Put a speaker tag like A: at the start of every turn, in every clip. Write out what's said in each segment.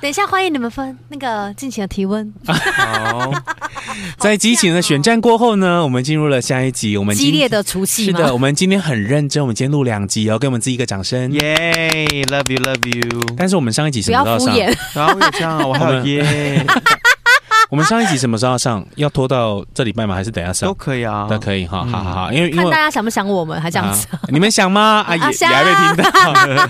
A: 等一下，欢迎你们分那个尽情的提问。
B: 好，在激情的选战过后呢，我们进入了下一集。我们今
A: 激烈的除夕
B: 是
A: 吗？
B: 的，我们今天很认真，我们今天录两集哦，给我们自己一个掌声。
C: 耶，love you，love you。
B: 但是我们上一集
A: 不
B: 什么
A: 要
B: 时
A: 敷
B: 候上？
A: 衍，
C: 然后我有这
B: 啊
C: 样，我还有耶，
B: 哎我们上一集什么时候上？要拖到这礼拜吗？还是等一下
C: 都
B: 上？
C: 可以啊
B: 都。可以哈，
C: 嗯
B: 好好好，因为因
A: 看大
B: 为。
A: 家想不想我们，还这样子。
B: 啊你们想吗？啊，也
A: 啊
B: 也
A: 想
B: 还没听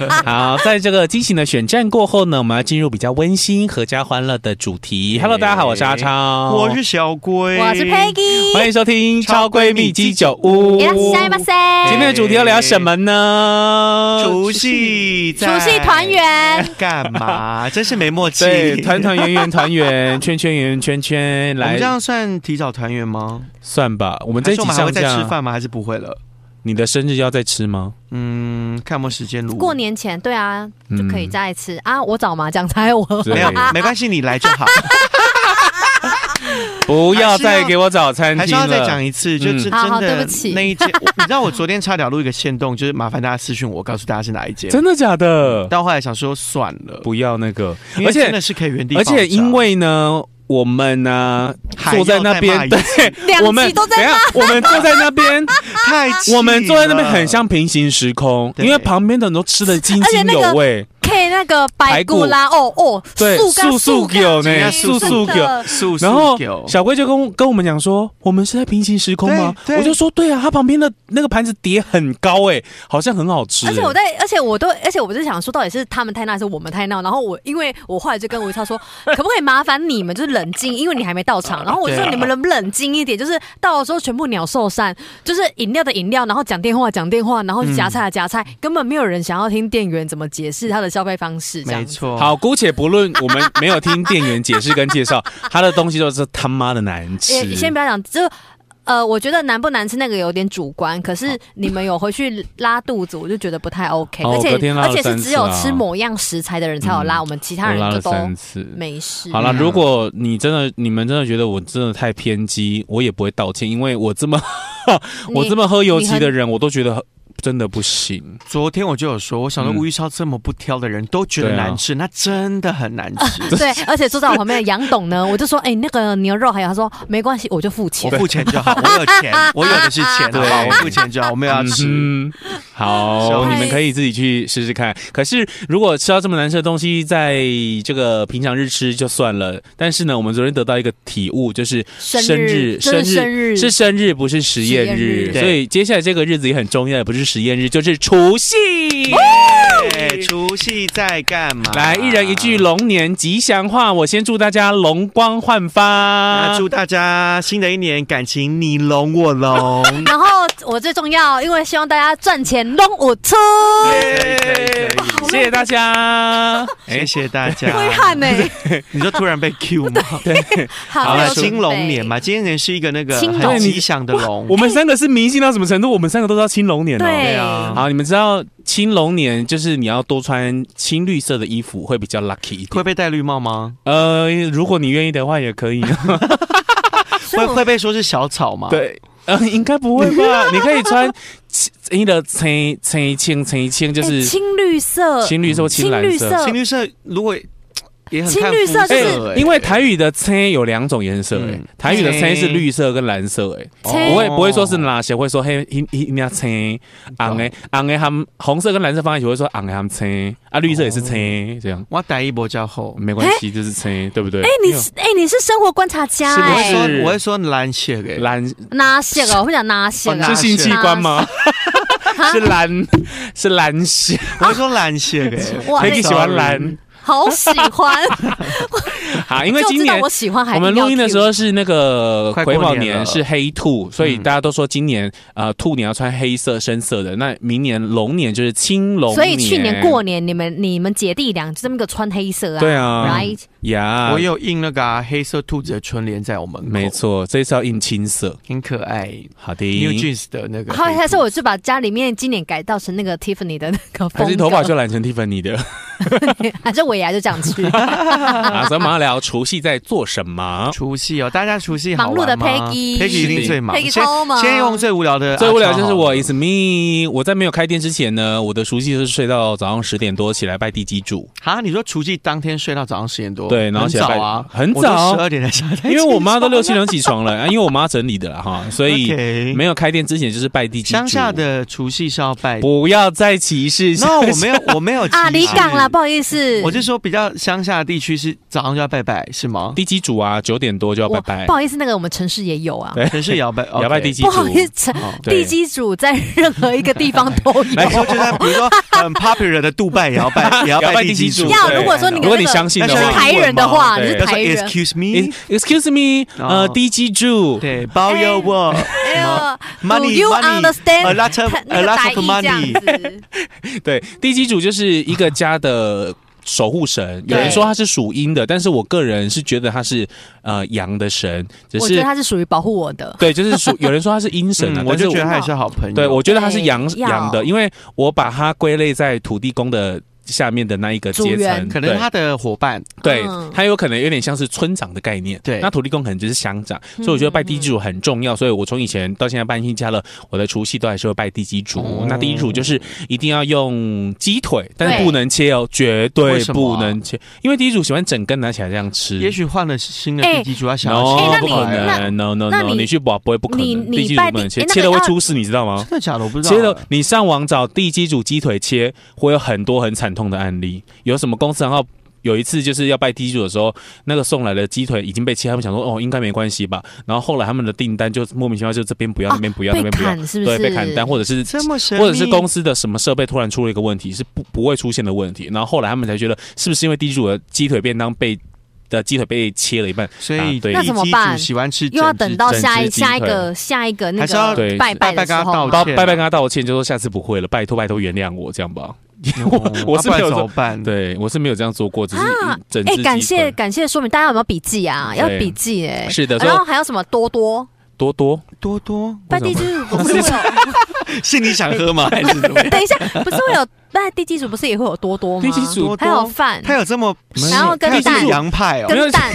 B: 到。好，在这个激情的选战过后呢，我们要进入比较温馨、合家欢乐的主题。Hello，大家好，我是阿超，
C: 我是小龟，
A: 我是 Peggy，
B: 欢迎收听《超闺蜜鸡酒屋
A: いら》。っしゃいませ
B: 今天的主题要聊什么呢？
C: 除夕
A: 除
C: 在，
A: 夕团 圆，
C: 干嘛？真是没默契。
B: 对，团团圆圆团圆，圈圈圆圆圈圈，
C: 我们
B: 来
C: 这样算提早团圆吗？
B: 算吧。我们这
C: 还
B: 一
C: 是我
B: 集
C: 们还
B: 上
C: 会再
B: 架，啊
C: 吃饭吗？还是不会了？
B: 你的生日要再吃吗？
C: 嗯，看我们时间如
A: 过年前对啊，
B: 嗯
A: 就可以再吃啊。我找麻将猜我，
B: 对
C: 没有，没关系，你来就 好。
B: 不要再给我找餐
C: 还是
B: 厅
C: 要再
B: 了。
C: 讲一次，
B: 嗯
C: 就是真
A: 好好对
C: 的
A: 不起
C: 那一间，我你知道我昨天差点录一个限动，就是麻烦大家私讯我，告诉大家是哪一间。
B: 真的假的？
C: 但我后来想说算了，
B: 不要那个，
C: 嗯因为
B: 而且
C: 真的是可以原地爆
B: 而
C: 炸，
B: 且因为呢，我们呢、
C: 还
B: 坐在
C: 要
B: 那
C: 再骂
B: 边，
C: 一
B: 对，
A: 两
B: 我们
A: 集都在
B: 等一下，我们坐在那边，
A: 啊
C: 太气
B: 我 们坐在那边很
C: 了
B: 像平行时空，
C: 啊对
B: 因为旁边的人都吃的津
A: 而且
B: 津
A: 那个
B: 有味。
A: K 那个白
B: 排骨
A: 骨啦，哦哦，
B: 对
A: 干
B: 素素
A: 干
B: 狗呢
A: 真的
C: 素
B: 素狗
C: 素
B: 然后
C: 有
B: 小龟就跟我跟我们讲说，我们是在平行时空吗？
C: 对对
B: 我就说对啊，它旁边的那个盘子叠很高哎、好像很好吃、哎
A: 而且我在，而且我都，而且我就想说，到底是他们太闹还是我们太闹？然后我，因为我后来就跟吴超 说，可不可以麻烦你们就是冷静，因为你还没到场。然后我就
C: 对
A: 说
C: 啊
A: 你们能不能冷静一点，就是到的时候全部鸟兽散，就是饮料的饮料，然后讲电话讲电话，然后夹菜的啊夹菜，根本没有人想要听店员怎么解释他的消费方式。这样
C: 没，错，
B: 好，姑且不论我们没有听店员解释跟介 绍，他的东西都是他妈的难吃
A: 也。先不要讲，就呃，我觉得难不难吃那个有点主观，可是你们有回去拉肚子，我就觉得不太 OK，、
B: 哦
A: 而
B: 我隔
A: 且
B: 天拉了
A: 而且
B: 三
A: 是
B: 次
A: 只有
B: 啊
A: 吃某样食材的人才有拉，
B: 嗯
A: 我们其他
B: 我拉
A: 人就
B: 了
A: 都
B: 三次。
A: 没事。
B: 好了，
C: 嗯
B: 如果你真的你们真的觉得我真的太偏激，我也不会道歉，因为我这么
A: 你
B: 我这么喝油漆
A: 你
B: 的人，我都觉得真的不行。
C: 昨天我就有说，我想说
B: 嗯
C: 吴一超这么不挑的人都觉得
B: 对啊
C: 难吃，那真的很难吃。
A: 对，而且坐在我旁边的杨董呢，我 就说，哎、那个牛肉还有，他说没关系，我就付
C: 我
A: 钱。
C: 付钱就 好，我有钱，我有的是钱，好
B: 对
C: 不好？我付钱就好，我们要啊吃。
B: 嗯哼， 好，
C: 小
B: 你们可以自己去试试看。可是如果吃到这么难吃的东西，在这个平常日吃就算了。但是呢，我们昨天得到一个体悟，就是
A: 生日，真
B: 生日
A: 的生日
B: 是生日不是实验
A: 实验
B: 日，
A: 日
C: 对
B: 所以接下来这个日子也很重要，也不是实验日，就是除夕。
C: 哎，除夕在干嘛？
B: 来，一人一句。龙年吉祥话，我先祝大家容光焕
C: 那
B: 发。
C: 祝大家新的一年感情你龙我龙。
A: 然后我最重要，因为希望大家赚钱弄我吃，哎
C: 可以可以可以
A: 啊
B: 谢谢大家。
C: 谢谢大家。
A: 会汗呢、
C: 你就突然被 Q 吗？
A: 好
C: 好
A: 没
C: 了，
A: 有准
C: 金龙年
A: 备
C: 嘛，今年是一个那个
A: 青
C: 很
A: 龙
C: 吉祥的龙
B: 我。们三个是迷信到什么程度？我们三个都知道青龙年哦。
A: 对
C: 啊
B: 好，你们知道青龙年就是你要多穿青绿色的衣服会比较 lucky 一
C: 会
B: 点。
C: 被戴绿帽吗？
B: 呃，如果你愿意的话也可以。
A: 所
C: 会
A: 以我
C: 会被说是小草吗？，
B: 对， 呃，应该不会吧？你可以穿青你的青青青青青，就
A: 哎
B: 是
A: 青绿色，
B: 青绿色、青蓝
A: 青绿
B: 色。
A: 色
C: 青绿色如果也很
A: 青
C: 看
A: 绿
C: 肤
A: 色就
B: 哎
A: 是
C: 色欸
B: 因为台语的青有两种颜色，哎
C: 嗯，
B: 台语的青是绿色跟蓝色，哎，
A: 青
B: 不会不会说是哪些，会说黑黑黑那青，红的红的他们红色跟蓝色放在一起会说红的他们青啊，绿色也是
A: 哦
B: 青，这样
C: 我打一波较厚，
B: 没关系，就是青，对不对？
A: 哎、你是哎、你是生活观察家
B: 是不
C: 我会
A: 哎、
B: 是
C: 说我会说蓝血给
B: 蓝
A: 哪些个？我会讲哪些
C: 哦
A: 个？
C: 哪
B: 是性器官吗？ 是蓝是蓝血，
C: 我会说蓝 血给。
A: 哇
B: 可
A: 那
B: 以喜欢蓝。
A: 好喜欢，
B: 好， 因为
A: 就
B: 今
A: 知道
B: 年
A: 我喜欢还
B: 我们
A: 硬要
B: 录音的
A: cue
B: 时候是那个
C: 快过
B: 癸卯
C: 年
B: 年
C: 了
B: 是黑兔，
A: 嗯
B: 所以大家都说今年呃兔年要穿黑色深色的，那明年龙年就是青龙年。
A: 所以去年过年，你们你们姐弟俩就这么一个穿黑色啊，
B: 对啊
A: ，right，
B: 呀，
C: 我有印那个啊黑色兔子的春联在我门口，
B: 没，错，这次要印青色。
C: 很可爱。
B: 好的，
C: New Jeans 的那个黑兔，
A: 后来他说我就把家里面今年改造成那个 Tiffany 的那 个风格，
B: 还是头发就染成蒂芬尼的。
A: 还是尾牙就这样去，
B: 啊，所以马上聊除夕在做什 么。
C: 除夕哦，大家除夕好
A: 忙碌的
C: 玩吗
A: Peggy
C: Peggy 一定最忙，
A: Peggy
C: 先
A: 超忙
C: 先用最无聊的，
B: 最无聊
C: 啊
B: 就是
C: 超好
B: 我，It's me。我在没有开店之前呢，我的除夕就是睡到早上十点多起来拜地基主，
C: 啊！你说除夕当天睡到早上十点多，
B: 对然后
C: 很
B: 起来
C: 早啊，
B: 拜很早
C: 十二点才下台，
B: 因为我妈都六七点起床了，啊，因为我妈整理的啦哈，所以
C: OK
B: 没有开店之前就是拜地基主。
C: 乡下的除夕是要拜，
B: 不要再歧视乡下，
C: 那我 没有，我没有
A: 啊，
C: 歧
A: 离
C: 视
A: 港啦，不好意思，
C: 我是说比较乡下的地区是早上就要拜拜 是吗？
B: 地基主啊，九点多就要
A: 我
B: 拜拜
A: 不，好意思，那个我们城市也有啊，
B: 对
C: 城市也要拜，
B: 也要拜地
C: OK
B: 基主。
A: 不好意思
C: 哦，
B: 对
A: 地基主在任何一个地方都 有
C: 来，。说就在比如说很 popular 的杜拜也要拜，也要拜地基主。
A: 要，
B: 对
A: 如果说你
B: 如果
A: 跟
B: 你
A: 那
B: 相
A: 个
B: 信的
A: 你是
B: 话
A: 台人的话，
B: 对
A: 你
C: 要
A: 是
C: 说
A: 台人。
C: Excuse me，
B: ，Excuse me，呃，
C: 哦
B: 地基主，
C: 对，包邮我
A: 哎呦 Do
C: money
A: you
C: money a
A: understand？
C: lot of
A: 他那
C: a
A: 个
C: lot
A: 台
C: of
A: 语这样
C: money。
A: 子，
B: 对，地基主就是一个家的守护神。有人说他是属阴的，但是我个人是觉得他是呃阳的神，只
A: 我觉得
B: 是
A: 他是属于保护我的。
B: 对，就是属有人说他是阴神啊
C: 嗯，，我
B: 但是
C: 就觉得他也是好朋友。
B: 对我觉得他是
A: 对
B: 阳
A: 要
B: 阳的，因为我把它归类在土地公的下面的那一个
A: 组
B: 阶层
A: 员，
C: 可能
B: 对
C: 他的伙伴
B: 对
A: 嗯，
B: 它有可能有点像是村长的概念。
C: 对
B: 那土地公可能就是乡长，
A: 嗯
B: 所以我觉得拜地基主很重要。所以我从以前到现在搬新家了，我的除夕都还是会拜地基主
C: 哦。
B: 那地基主就是一定要用鸡腿，但是
A: 对
B: 不能切哦，绝对
C: 为什么
B: 不
C: 啊
B: 能切，因为地基主喜欢整根拿起来这样吃。
C: 也许换了新的地基主，他想要
B: no
A: 哎
C: 切
A: 那
B: 不
A: 你
B: 可
A: 那
B: 能，no no
A: 那
B: no，
A: 你
B: 你去保不会不可
A: 你
B: 能，
A: 你
B: 地基主
A: 拜
B: 不能
A: 地
B: 切
A: 哎，那
B: 切
A: 个
B: 了会
A: 要
B: 出事，你知道吗
C: 真？的假的？我不知道。啊
B: 切了，你上网找地基主鸡腿切，会有很多很惨痛的案例。有什么公司然后有一次就是要拜地基主的时候，那个送来的鸡腿已经被切，他们想说哦应该没关系吧，然后后来他们的订单就莫名其妙就这边不要
A: 啊
B: 那边不要那
A: 被
B: 边不要，
A: 砍是不
B: 对
A: 是？
B: 被砍单或者是。
C: 这么神秘，
B: 或者是公司的什么设备突然出了一个问题，是不不会出现的问题。然后后来他们才觉得，是不是因为地基主的鸡腿便当被的鸡腿被切了一半？
C: 所
B: 啊
C: 以
B: 对
C: 地
A: 那怎么
C: 基主
A: 办
C: 喜欢吃整只，
A: 又要等到下一
B: 整只
A: 下
B: 鸡腿
A: 一个下一个那
C: 还是要
B: 对
A: 个拜拜的时候
C: 拜拜跟他道
B: 拜
A: 吗，
C: 歉
B: 拜拜跟他道歉，就说下次不会了，拜托拜托原谅我这样吧。我我是
C: 啊
B: 没
C: 不
B: 有说
C: 然怎么办？
B: 对，我是没有这样做过，只是
A: 嗯啊
B: 整只
A: 哎
B: 鸡，腿、
A: 感谢感谢说明，大家有没有笔记啊？
B: 对
A: 要笔记哎。
B: 是的，所以
A: 然后还有什么多多
B: 多多
C: 多 多，
A: 拜地基主 不是会
C: 是你想喝吗？还是怎么
A: 有？
C: 样？
A: 等一下，不是会有拜地基主不是也会有多多吗？
B: 地基主
C: 多
A: 还有饭，
C: 他有这么，
A: 然后跟
C: 他有这么
A: 蛋
C: 洋派哦。
B: 没有
A: 跟蛋。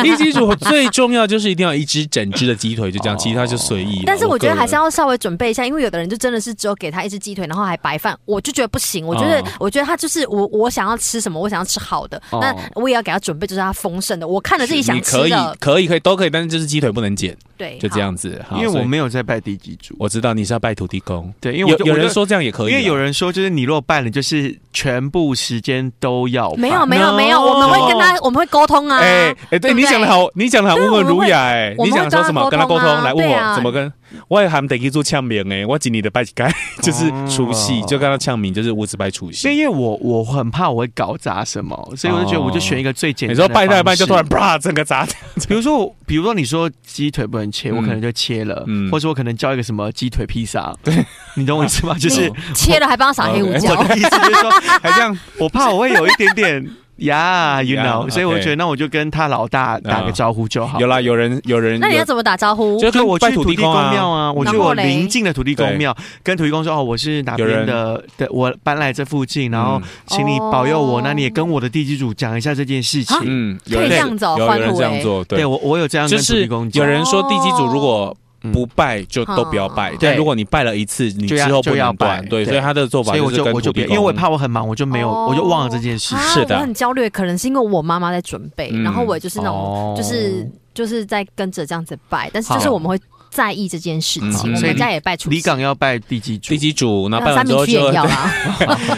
B: 一基主最重要就是一定要一只整只的鸡腿，就这样，
C: 哦
B: 其他就随意了。
A: 但是我觉得还是
B: 要
A: 要稍微准备一下，因为有的人就真的是只有给他一只鸡腿，然后还白饭，我就觉得不行。我觉得，
B: 哦
A: 我觉得他就是我，我想要吃什么，我想要吃好的，
C: 哦
A: 那我也要给他准备，就是他丰盛的，我看了自己想
B: 你
A: 吃
B: 可以
A: 的，
B: 可以可以都可以，但是就是鸡腿不能剪，
A: 对，
B: 就这
A: 好。
B: 样子。好
C: 因为
B: 所
C: 我
B: 以
C: 没有在拜地基主，
B: 我知道你是要拜土地公，
C: 对，因为
B: 有
C: 我就
B: 有
C: 我
B: 人
C: 就
B: 说这样也可以啊，
C: 因为有人说，就是你若拜了，就是全部时间都要拜
A: 没有没有
B: No
A: 没有，我们会跟他，我们会沟通啊。
B: 哎哎，对
A: 不
B: 你讲的好，你讲的好
A: 对
B: 温文
A: 我们
B: 儒
A: 会
B: 雅哎，
A: 我
B: 你
A: 们会
B: 讲说什么跟
A: 跟
B: 他
A: 他
B: 沟
A: 沟
B: 通
A: 通啊
B: 来问
A: 对
B: 我
A: 啊
B: 怎么跟，我也含得去做呛名哎，我今年的拜几
A: 哦
B: 该就是除夕
C: 哦
B: 就跟他呛名，就是五子拜除夕
C: 因。为因为我我很怕我会搞砸什么，所以我就觉得
B: 哦
C: 我就选一个最简
B: 你
C: 单
B: 说
C: 的。
B: 拜到一半就突然，啪整 个砸
C: 比如说我，比如说你说鸡腿不能切，
B: 嗯
C: 我可能就切了，
B: 嗯
C: 或者我可能叫一个什么鸡腿披萨，对，你懂我意思吗？就是
A: 切了还帮他撒黑胡椒
C: 我，的意思就是说，
B: 还 这样，
C: 我怕我会有一点点 呀 you
B: Yeah，
C: know，所以我就
B: OK
C: 觉得那我就跟他老大打个招呼就好
B: 有。啦，有人有人
A: 那你
B: 有
A: 要怎么打招呼？
B: 就
C: 就
B: 跟
C: 我
B: 拜
C: 去
B: 土
C: 土
B: 地
C: 地
B: 公
C: 公
B: 啊
C: 庙啊，我去
A: 然后
C: 我
A: 嘞
C: 邻近的土地公庙，跟土地公说哦，我是哪
B: 有
C: 边
B: 人
C: 的的，我搬来这附近，然
B: 嗯
C: 后请你保佑我，
A: 哦
C: 那你也跟我的地基主讲一下这件事
A: 啊
C: 情。
B: 嗯，
A: 可以这样子哦
B: 有有
A: 欢
B: 人
A: 呼
B: 这样
A: 欸
B: 做，
C: 对
B: 对，
C: 我，我有这样
B: 就
C: 跟土
B: 是
C: 地公
B: 有
C: 讲，
B: 人说地基主如果
C: 嗯
B: 不拜就都不要拜
A: 嗯，
B: 但
C: 对
B: 如果你拜了一次，你之
C: 就要
B: 后不
C: 就要
B: 能断，
C: 拜
B: 对，
C: 对
B: 所以他的做法
C: 所以我
B: 是
C: 就
B: 跟
C: 我
B: 土
C: 就
B: 地
C: 别，
B: 公，
C: 因为我怕我很忙，我就没有，
A: 哦
C: 我就忘了这件事。
A: 啊
B: 是的
A: 我很焦虑，可能是因为我妈妈在准备，
B: 嗯
A: 然后我也就是那种
C: 哦
A: 就是就是在跟着这样子拜，但是
C: 好
A: 就是我们会在意这件事
B: 嗯好
A: 情，我
C: 所以
A: 们家也拜除
C: 离
A: 夕。
C: 港要拜地基主，
B: 地基主，然后拜
A: 那
B: 完
A: 三
B: 之
A: 明
B: 后
A: 区也
B: 就
A: 要啦，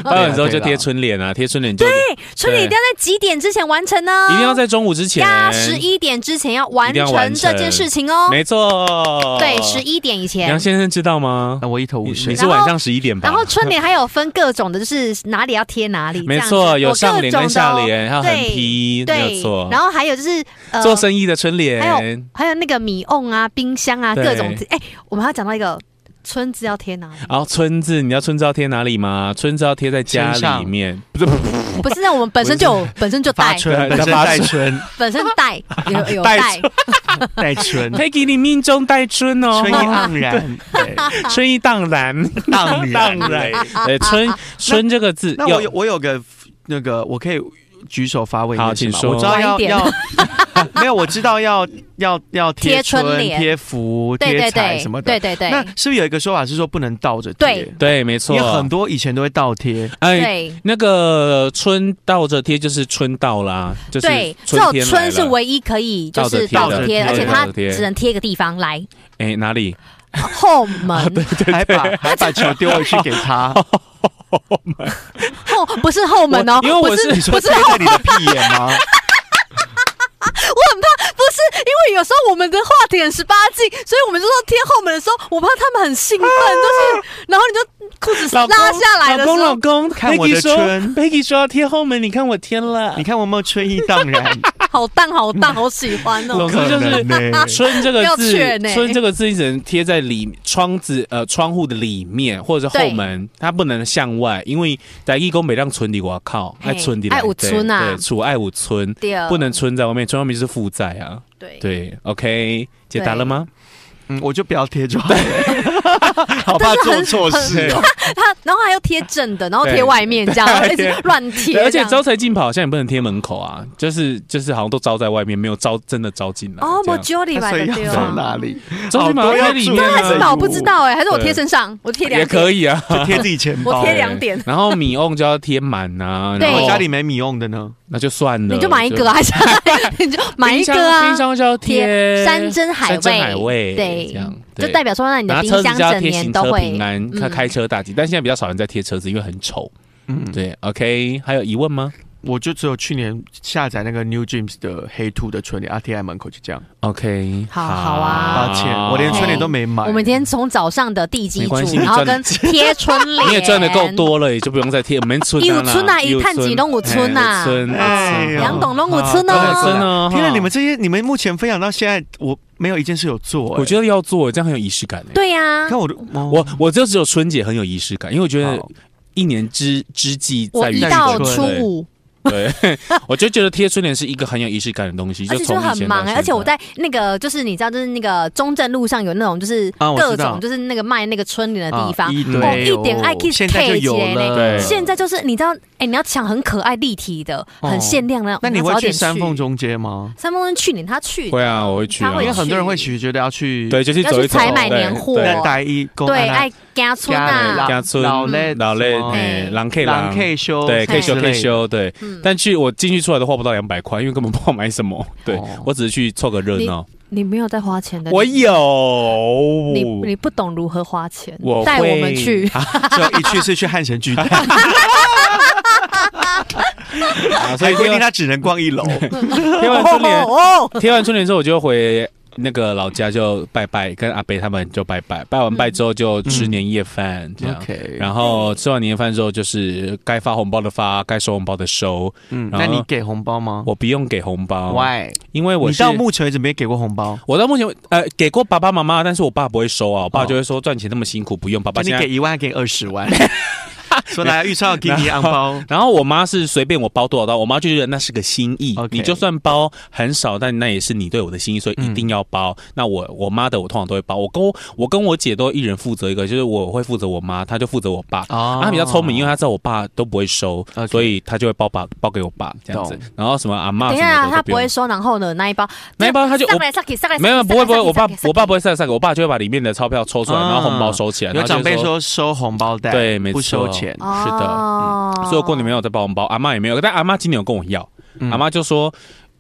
B: 拜完之后就
C: 对啦
B: 贴春联啊，贴春联就一
A: 春联一定要在几点之前完成呢？
B: 定要在中午之前，
A: 呀，啊十一点之前要完
B: 一定要完
A: 成
B: 成
A: 这件事情哦。
B: 没错，
A: 对，十一点以前
B: 杨。先生知道吗
C: 那？我一头
B: 你
C: 雾
B: 你
C: 水。
B: 是晚上十一点吧？
A: 然后春联还有分各种的，就是哪里要贴哪里，
B: 没
A: 这样
B: 错，
A: 子
B: 有上联
A: 各种的
B: 跟下
A: 哦
B: 联，还有横批，没有
A: 对
B: 错，。
A: 然后还有就是呃
B: 做生意的春联，
A: 还有还有那个米瓮啊、冰箱啊，
B: 对
A: 各种哎，我们还要讲到一个村子要贴哪里，
B: 然后春字，你知道春字要贴哪里吗？春字要贴在家
C: 身上
B: 里面，不是
A: 不是那我们本身就有本身就
C: 发
A: 带，
C: 春，
B: 对
C: 本身
B: 发
C: 带春，
A: 本身 带有有
B: 带
A: 带，
C: 带春，
B: 可以给你命中带春 哦，
C: 春意盎 然，对
B: 春意荡然，
C: 荡
B: 荡
C: 然
B: 然。哎，春春这个字
C: 那
B: 要
C: 我有我有个那个，我可以举手发问一
B: 好
C: 件事
B: 请说
C: 吗？我知道
A: 晚一
C: 要
A: 点
C: 要， 没有，我知道要要要贴
D: 贴春
C: 春、
D: 联
C: 贴福、
D: 对
C: 贴
D: 对
C: 彩
D: 对
C: 什么，的。
D: 对对对，
C: 那是不是有一个说法是说不能倒着贴
D: 对？
B: 对，没错
C: 因为，很多以前都会倒贴，
B: 哎。
D: 对。
B: 那个春到着贴就是春到啦，就是
D: 对，只
B: 春
D: 有
B: 天来
D: 春
B: 了
D: 是唯一可以就
B: 倒着
D: 是
B: 贴
D: 倒
C: 的
D: 着贴，
C: 对
D: 而且它
B: 倒着贴
D: 只能贴一个地方来
B: 哎哪里？
A: 后 门
C: 还把还把球丢回去给他，
A: 后不是后门哦，
B: 我因为我
A: 不是
B: 是
A: 不是
C: 你说贴在你的屁眼吗？
A: 不是，因为有时候我们的话题很十八禁，所以我们就说贴后门的时候，我怕他们很兴奋，就是然后你就裤子
B: 老公
A: 拉下来的
B: 老
A: 时
B: 公老
A: 候，
B: 公，
C: 看我的
B: Peggy 说
C: 春
B: ，Peggy 说要贴后门，你看我贴了
C: 你。看我有没有春意荡 然？
A: 好荡好荡，好喜欢
B: 老
A: 哦。
B: 公就是
C: 可 能呢
B: 春这个
A: 要
B: 字
A: 确，欸呢
B: 春这个字只能贴在里窗子呃窗户的里面或者是后
D: 对
B: 门，它不能向外，因为在义工北让村里我靠，爱
D: 嘿
B: 村里
D: 爱有村啊
B: 对，除爱五村，
D: 第
A: 呃
B: 不能村在外面，村外面就是负债啊。
D: 对
B: 对，OK，解答
D: 对
B: 了吗？
C: 嗯，我就不要贴就好了， 好怕
A: 但是
C: 做
A: 很
C: 错事哦。
A: 他然后还要贴正的，然后贴
B: 对
A: 外面这样，
B: 对
A: 一直乱贴
B: 对，而
A: 这
B: 且
A: 样，
B: 招财进宝好像也不能贴门口啊，就是就是好像都招在外面，没有招真的招进来。
A: 哦，
B: 这
A: 我
B: 样
A: 九里
C: 那
A: 买
C: 所以
A: 的
C: 要
A: 对
C: 放
A: 哦。
C: 哪里？
B: 招财进宝
C: 好多要
B: 在里
C: 注意
B: 面
C: 的
A: 还是吧，我不知道哎，还是我贴
B: 对
A: 身上，我贴
B: 也
A: 两点，
B: 可以 啊。
C: 就贴自己钱包。
A: 我贴两 点，
B: 然后米瓮就要贴满啊，
D: 对
B: 然后
C: 家里没米用的呢，
B: 那就算了，
A: 你就买一个啊，还是你就买一
B: 冰箱
A: 个啊
B: 冰。箱就要贴
D: 贴山珍海
B: 山珍海
D: 味
B: 味，
D: 对
B: 这样
D: 就代。表说，那你
B: 然
D: 的
B: 后车
D: 冰箱
B: 子就要
D: 整
B: 贴
D: 年
B: 行
D: 都
B: 车
D: 会
B: 平安，他
D: 嗯
B: 开车大吉，但现在比较少人在贴车子，因为很丑。
C: 嗯，
B: 对，OK，还有疑问吗
C: 我就只有去年下载那个 New Dreams 的黑兔的春联，啊，贴在门口就这样。
B: ？OK，
D: 好好啊
C: 抱歉，我连春联都没买。
D: 我们今天从早上的地基
B: 没
D: 组
B: 关系，
D: 然后跟
B: 赚
D: 贴春联，
B: 你也赚的够，多了，也就不用再贴。我们村啊啦，
D: 有村啊
B: 有
D: 一探几弄有村啊
B: 哎有村哦
C: 哎呦
D: 杨董龙五村
B: 真的
C: 啊
B: 真
D: 哦，
B: 的哦，
C: 天啊，你们这些，你们目前分享到现在，我没有一件事有做、
B: 我觉得要做，这样很有仪式感哎。
D: 对啊呀，
C: 看我的，哦
B: 我我就只有春节很有仪式感，因为我觉得
C: 好
B: 一年之之计
D: 我
B: 在于
D: 一
B: 春
D: 到
B: 对
D: 初五，
B: 对，我就觉得贴春联是一个很有仪式感的东西，
D: 而且
B: 从
D: 就
B: 以
D: 很
B: 前到
D: 忙哎，
B: 现
D: 而且我在那个就是你知道，就是那个中正路上有那种就是
C: 啊我
D: 各
C: 知道
D: 种就是那个卖那个春联的地
C: 啊
D: 方，
C: 一
B: 哦
C: 堆
D: 一点爱 kiss
C: 现在就
D: cake
C: 有
D: 之类的
C: 了。
B: 对
D: 现在就是你知道，哎，你要抢很可爱立体的、
C: 哦
D: 很限量的，
C: 那你
D: 要
C: 会
D: 早
C: 去
D: 点
C: 山凤中街吗？
D: 三峰村去年他去
B: 会啊，我会去啊
D: 他，会
C: 因为
D: 去
C: 很多人会去，觉得要去
B: 对，就去走一走，
D: 要去采买年货啊
B: 对
C: 那大一公
D: 对，
C: 安
D: 爱家村啊，
B: 家村
C: 老嘞
B: 老嘞，
D: 哎嗯
B: 哎，狼 K
C: 狼
B: 狼
C: K 修
B: 对，可以修
C: 之
B: 可
C: 类
B: 以
C: 的，
B: 修，对。但去我进去出来都花不到两百块，因为根本不知道买什么。 对
C: 哦
B: 我只是去凑个热闹。
D: 你没有在花钱的，
B: 我
D: 你
B: 有，
D: 你你不懂如何花钱
B: 我，
D: 带我们
B: 会
D: 去。
C: 就一去是去汉神巨蛋，
B: 啊 所
C: 所
B: 以贴
C: 以规定
B: 完
C: 他只能逛一楼。
B: 贴完春联，
D: 哦，
B: 贴完春联之后，我就回那个老家就拜拜，跟阿北他们就拜拜，拜完拜之后就吃年夜饭，这样。
C: 嗯 OK，
B: 然后吃完年夜饭之后，就是该发红包的发，该收红包的收。
C: 嗯，
B: 然
C: 那
B: 后
C: 你给红包吗
B: 我不用给红包
C: ？Why？
B: 因为我
C: 你
B: 是
C: 到目前为止没给过红包，
B: 我到目前为呃给过爸爸妈妈，但是我爸不会收啊，我爸就会说赚钱那么辛苦不用，爸爸
C: 那你
B: 现在
C: 给。一万，还给二十万， 说来预算要给你红 包。
B: 然后我妈是随便我包多少刀，我妈就觉得那是个心意
C: OK
B: 你就算包很少，但那也是你对我的心意，所以一定要包。
C: 嗯
B: 那我我妈的我通常都会包，我跟我我跟我姐都一人负责一个，就是我会负责我妈，她就负责我爸。啊，
C: 哦
B: 他比较聪明，因为他知道我爸都不会收
C: OK
B: 所以他就会包把包给我爸这样子
C: 懂。
B: 然后什么阿妈
D: 等一
B: 什
D: 下
B: 么
D: 啊，
B: 的
D: 他
B: 都
D: 不会
B: 用
D: 收，然后呢，那一包
B: 那一包他就
D: 上来上给上来，
B: 没有不会不会，我爸我爸不
D: 会，
B: 会晒晒给我爸就会把里面的钞票抽出来，
C: 嗯
B: 然后红包收起来。然
C: 有
B: 后就
C: 长辈说收红包袋，
B: 对没
C: 不收
B: 错
C: 钱。
B: 是的
D: 哦
B: 嗯所以我过年没有在包红包，阿妈也没有，但阿妈今年有跟我要，
C: 嗯
B: 阿妈就说，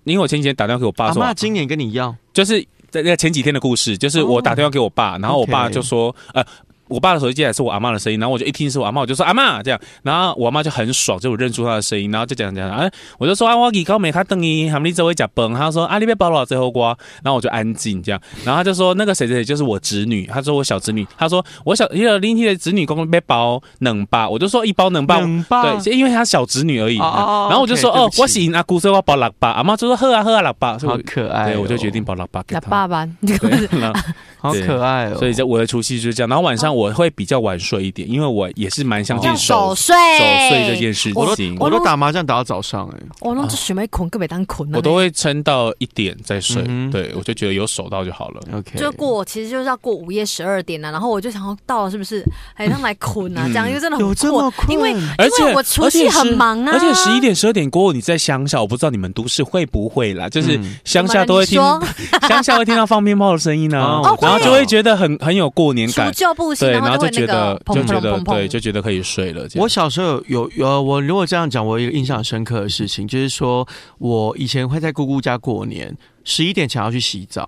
B: 因为我前几天打电话给我爸
C: 阿
B: 说
C: 妈，今年跟你要，
B: 就是在在前几天的故事，就是我打电话给我爸，然后我爸
C: OK
B: 就说，呃。我爸的手机接起来是我阿妈的声音，然后我就一听是我阿妈，我就说阿妈这样，然后我阿妈就很爽，就我认出她的声音，然后就讲讲，啊，我就说啊，我给高美他等你，他们一周会讲崩，他说啊，你别包了最后瓜，然后我就安静这样，然后他就说那个谁谁谁就是我侄女，他说我小侄女，他说我小一个邻居的侄女公被包能吧，我就说一包能吧，
C: 冷吧
B: 对，是因为她小侄女而已，
C: 哦哦哦
B: 然后我就
C: OK，
B: 说
C: 对
B: 哦
C: 不，起
B: 我喜阿姑，所以我要包喇叭，阿妈就说喝啊喝啊喇叭，所以
C: 好
B: 我
C: 可爱哦。
B: 对，我就决定包喇叭给
D: 那
B: 他。
D: 爸爸，
B: 对，然后
C: 好可爱哦。
B: 所以在我的除夕就是这样。然后晚上我会比较晚睡一点，因为我也是蛮相信
A: 用
B: 守
A: 守岁，
B: 守岁这件事
C: 我都
B: 情，
C: 我都打麻将打到早上哎、
E: 我弄这雪梅捆，根本当捆了呢。啊
B: 我都会撑到一点再睡。
C: 嗯哼
B: 对，我就觉得有守到就好了。
C: OK，
E: 就过，其实就是要过午夜十二点了、啊然后我就想要到了，是不是？哎，让来捆啊，
B: 嗯
E: 这样因为真的很
C: 有这么困？
E: 因为
A: 哎
B: 而且
E: 我除夕很忙啊
B: 而且十一点、十二点过后，你在乡下，我不知道你们都市会不会啦，就是
C: 嗯
B: 乡下都会听，
E: 怎么了
B: 乡下会听到放鞭炮的声音呢、
C: 哦我知道
B: 然后就会觉得很很有过年
E: 除
B: 感，
E: 旧布新，
B: 对，
E: 然
B: 然后
E: 后
B: 就
E: 会那
B: 觉得
E: 个
B: 就
E: 砰
B: 觉
E: 砰
B: 得
E: 砰
B: 对，
E: 砰，
B: 就觉得可以睡了。这样
C: 我小时候有有呃，我如果这样讲，我有一个印象深刻的事情，就是说我以前会在姑姑家过年，十一点前要去洗澡，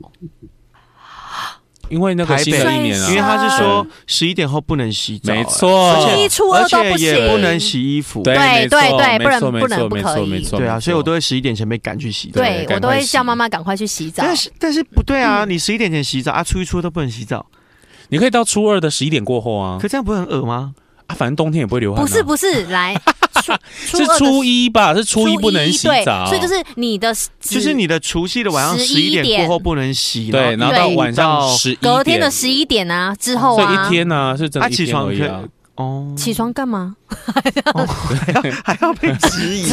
B: 因为那个新的一年
E: 啊
C: 因为
E: 台北
B: 啊，
C: 他是说十一点后不能洗澡，
B: 没
C: 哎，
B: 错，
C: 而
E: 初
C: 且
E: 一初二
C: 而
E: 都
C: 且
E: 不
C: 也
E: 行，
C: 不能。洗衣服，
B: 对
A: 对
B: 没错
A: 对对
B: 没
A: 不然
B: 错没
A: 不能
B: 错
A: 不
B: 没
A: 可
B: 错
A: 以
B: 没错，
C: 对啊，
B: 没错
C: 所以我都会十一点前被赶去洗澡。
A: 对
B: 对
A: 我都
B: 赶快
A: 会
B: 洗
A: 叫妈妈赶快去洗澡。
C: 但是但是不对啊，你十一点前洗澡啊，初一初二都不能洗澡，
B: 嗯你可以到初二的十一点过后啊
C: 可，这样不是很恶吗？
B: 啊，反正冬天也不会流汗啊。
A: 不是不是， 来，初
B: 是
A: 二的
B: 初一吧？是初一不能洗
A: 对
B: 澡，
A: 所以就是你的
C: 就是你的除夕的晚上十
A: 11
C: 一点
A: 点
C: 过后不能洗，
B: 对，然后到
A: 对
B: 晚上十一
A: 隔天的十一点啊之后
B: 所以
A: 啊
B: 一，天呢是真
C: 啊
B: 的一
C: 起
B: 天
C: 床
B: 而已
C: 可
B: 啊。
C: 以哦，
A: 起床干嘛？
C: 还要被质疑，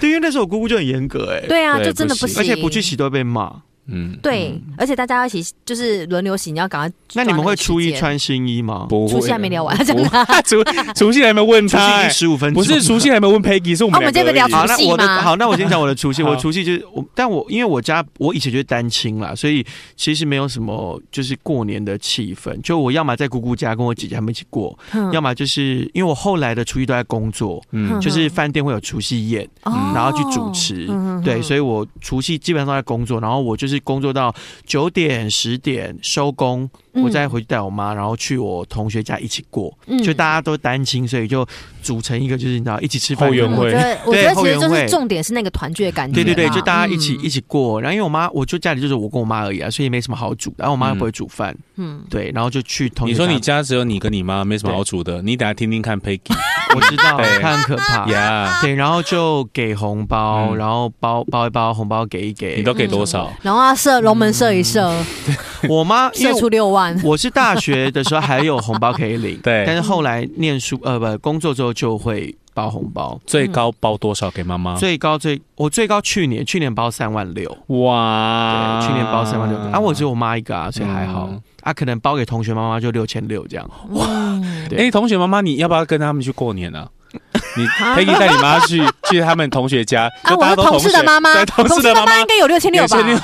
C: 对，因为那时候我姑姑就很严格哎，
A: 对啊，
B: 对
A: 就真的
B: 不行
A: 行，
C: 而且不去。洗都会被骂。
B: 嗯，
A: 对，而且大家要一起就是轮流洗，你要赶快抓个
C: 那
A: 时间。
C: 你们会初一穿新衣吗？
B: 不
A: 初
B: 会
A: 七还没聊完，这
B: 不
A: 样啊。
B: 除除夕还没问
C: 除夕
B: 他哎
C: 已经，十五分
B: 不
C: 钟，
B: 是除夕还没问 Peggy，是我们
A: 哦我们
B: 两个
A: 这边
B: 而已
A: 聊
C: 好，
A: 除
C: 那
A: 夕
C: 我的
A: 吗
C: 好，那我先讲我 的除夕。
B: 好
C: 我除夕就是我，但我因为我家我以前就是单亲啦，所以其实没有什么就是过年的气氛。就我要么在姑姑家跟我姐姐他们一起过，
A: 嗯
C: 要么就是因为我后来的除夕都在工作，
B: 嗯
A: 嗯
C: 就是饭店会有除夕宴，
A: 哦
C: 然后去主持。
A: 嗯嗯嗯
C: 对，所以我除夕基本上都在工作，然后我就是工作到九点十点收工，我再回去带我妈，然后去我同学家一起过。
A: 嗯
C: 就大家都单亲，所以就组成一个就是你知道一起吃饭
B: 后
C: 的
B: 援会
A: 嗯我觉得，我觉
C: 对
A: 得
C: 后
A: 其实就
C: 援会
A: 是重点是那个团聚的感觉啦。
C: 嗯对对对，就大家一起、
A: 嗯
C: 一起过。然后因为我妈，我就家里就是我跟我妈而已啊，所以没什么好煮的。然后我妈又不会煮饭，
A: 嗯，
C: 对，然后就去同学
B: 你说
C: 家
B: 你家只有你跟你妈，没什么好煮的，你等下听听看 Peggy
C: 我知道，
B: 对
C: 她很可怕。
B: 呀，
C: 对，然后就给红包，
B: 嗯
C: 然后包包一包，红包给一给
B: 你。都给多少？
A: 嗯然后要射龙门射一射，
C: 我妈嗯因
A: 射
C: 为
A: 出六万。
C: 我是大学的时候还有红包可以领，
B: 对
C: 但是后来念书呃不工作之后就会包红包，
B: 最高包多少给妈妈？
C: 嗯最高最我最高去年去年包三万六，
B: 哇，
C: 对，去年包三万六，啊我只有我妈一个啊，所以还好
B: 嗯
C: 啊，可能包给同学妈妈就六千六这样。
A: 嗯
C: 对
B: 哎、同学妈妈，你要不要跟他们去过年呢、你 Peggy 带你妈去去他们同学家，
A: 啊，
B: 就
A: 我
B: 大家
A: 是
B: 都
A: 同事的妈妈，
B: 对同事的妈
A: 应该有六千六吧？
B: 有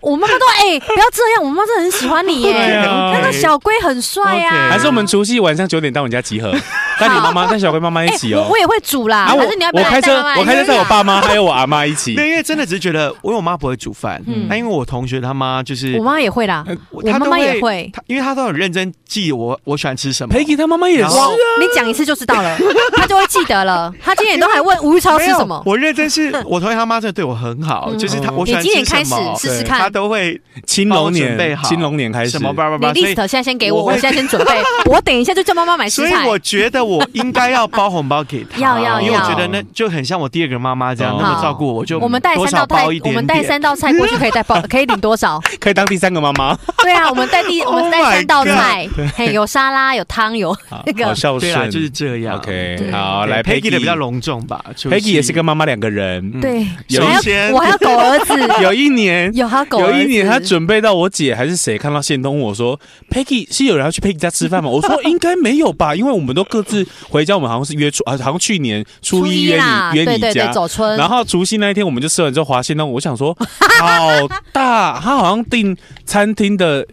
A: 我妈妈都哎，不要这样，我妈真的很喜欢你
B: 对
A: 耶。
B: 啊
A: 那个小龟很帅啊呀，
B: 还是我们除夕晚上九点到你家集合，带你妈妈带小龟妈妈一
A: 哎
B: 起，哦。
A: 我我也会煮啦，
B: 啊，我
A: 还是你啊要不
B: 我
A: 要
B: 开
A: 来带
B: 车
A: 妈妈，一起
B: 我开车带我爸妈还有我阿妈一起
C: 没。有，因为真的只是觉得，因为我妈不会煮饭，
A: 嗯
C: 那、因为我同学他妈就是
A: 我，妈也会啦，我
C: 呃她
A: 妈
C: 都
A: 妈也，会。
C: 她因为她都很认真记我我喜欢吃什么。
B: Peggy 她妈妈也
C: 然
B: 是
C: 后
B: 啊
A: 我，你讲一次就知道了，她就会记得了。她今年都还问吴玉超吃
C: 没有
A: 什么，
C: 我认真是我同学他妈真的对我很好，
A: 嗯
C: 就是她
B: 嗯
C: 我喜
A: 你
C: 欢
A: 今
C: 吃
A: 年开
C: 什
A: 始
C: 么，
A: 试
B: 对
A: 试
C: 她
A: 看。
C: 都会
B: 青
C: 帮
B: 龙
C: 我准备
B: 年，
C: 好
B: 青龙年开始
C: 什么叭叭
A: 你
C: 叭，所
A: list
C: 以
A: 现在先给我，
C: 我
A: 我
C: 会
A: 现在先准 备，我等一下就叫妈妈买食
C: 所以
A: 材。
C: 我觉得我应该要包红包给她，
A: 要要
C: 因为我
A: 要
C: 觉得那就很像我第二个妈妈这样
B: 哦
C: 那么照顾我，就
A: 我们带
C: 多
A: 三
C: 少
A: 道菜
C: 包一，
A: 我
C: 点
A: 们带
C: 点
A: 三道菜过去可以带包，可以领多 少？
B: 可以当第三个妈妈，
A: 对啊，我们带第
C: Oh
A: 我们带
C: my
A: 三道菜，嘿，有沙拉，有汤，有
B: 好
A: 那个
B: 好孝
C: 对啦，
B: 顺。
C: 就是这样。
B: OK，
A: 对
B: 好，
C: 对
B: 来
C: Peggy
B: Peggy
C: 的比较隆重吧除夕
B: Peggy 也是跟妈妈两个人。
A: 对，
B: 嗯有
A: 还
C: 一些
A: 要我还要狗儿子，
B: 有一年，
A: 嗯 有还要狗啊儿
B: 有
A: 子。
B: 一年，他准备到我姐还是谁看到线东问我说：“Peggy 是有人要去 Peggy 家吃饭吗？” 我说：“应该没有吧，因为我们都各自回家，我们好像是约初啊，好像去年初一约
A: 啦
B: 你约
A: 对
B: 你
A: 啊对对，
B: 家。”
A: 走春。
B: 然后除夕那一天，我们就吃完之后滑线东，我想 说好大，他好像订餐厅的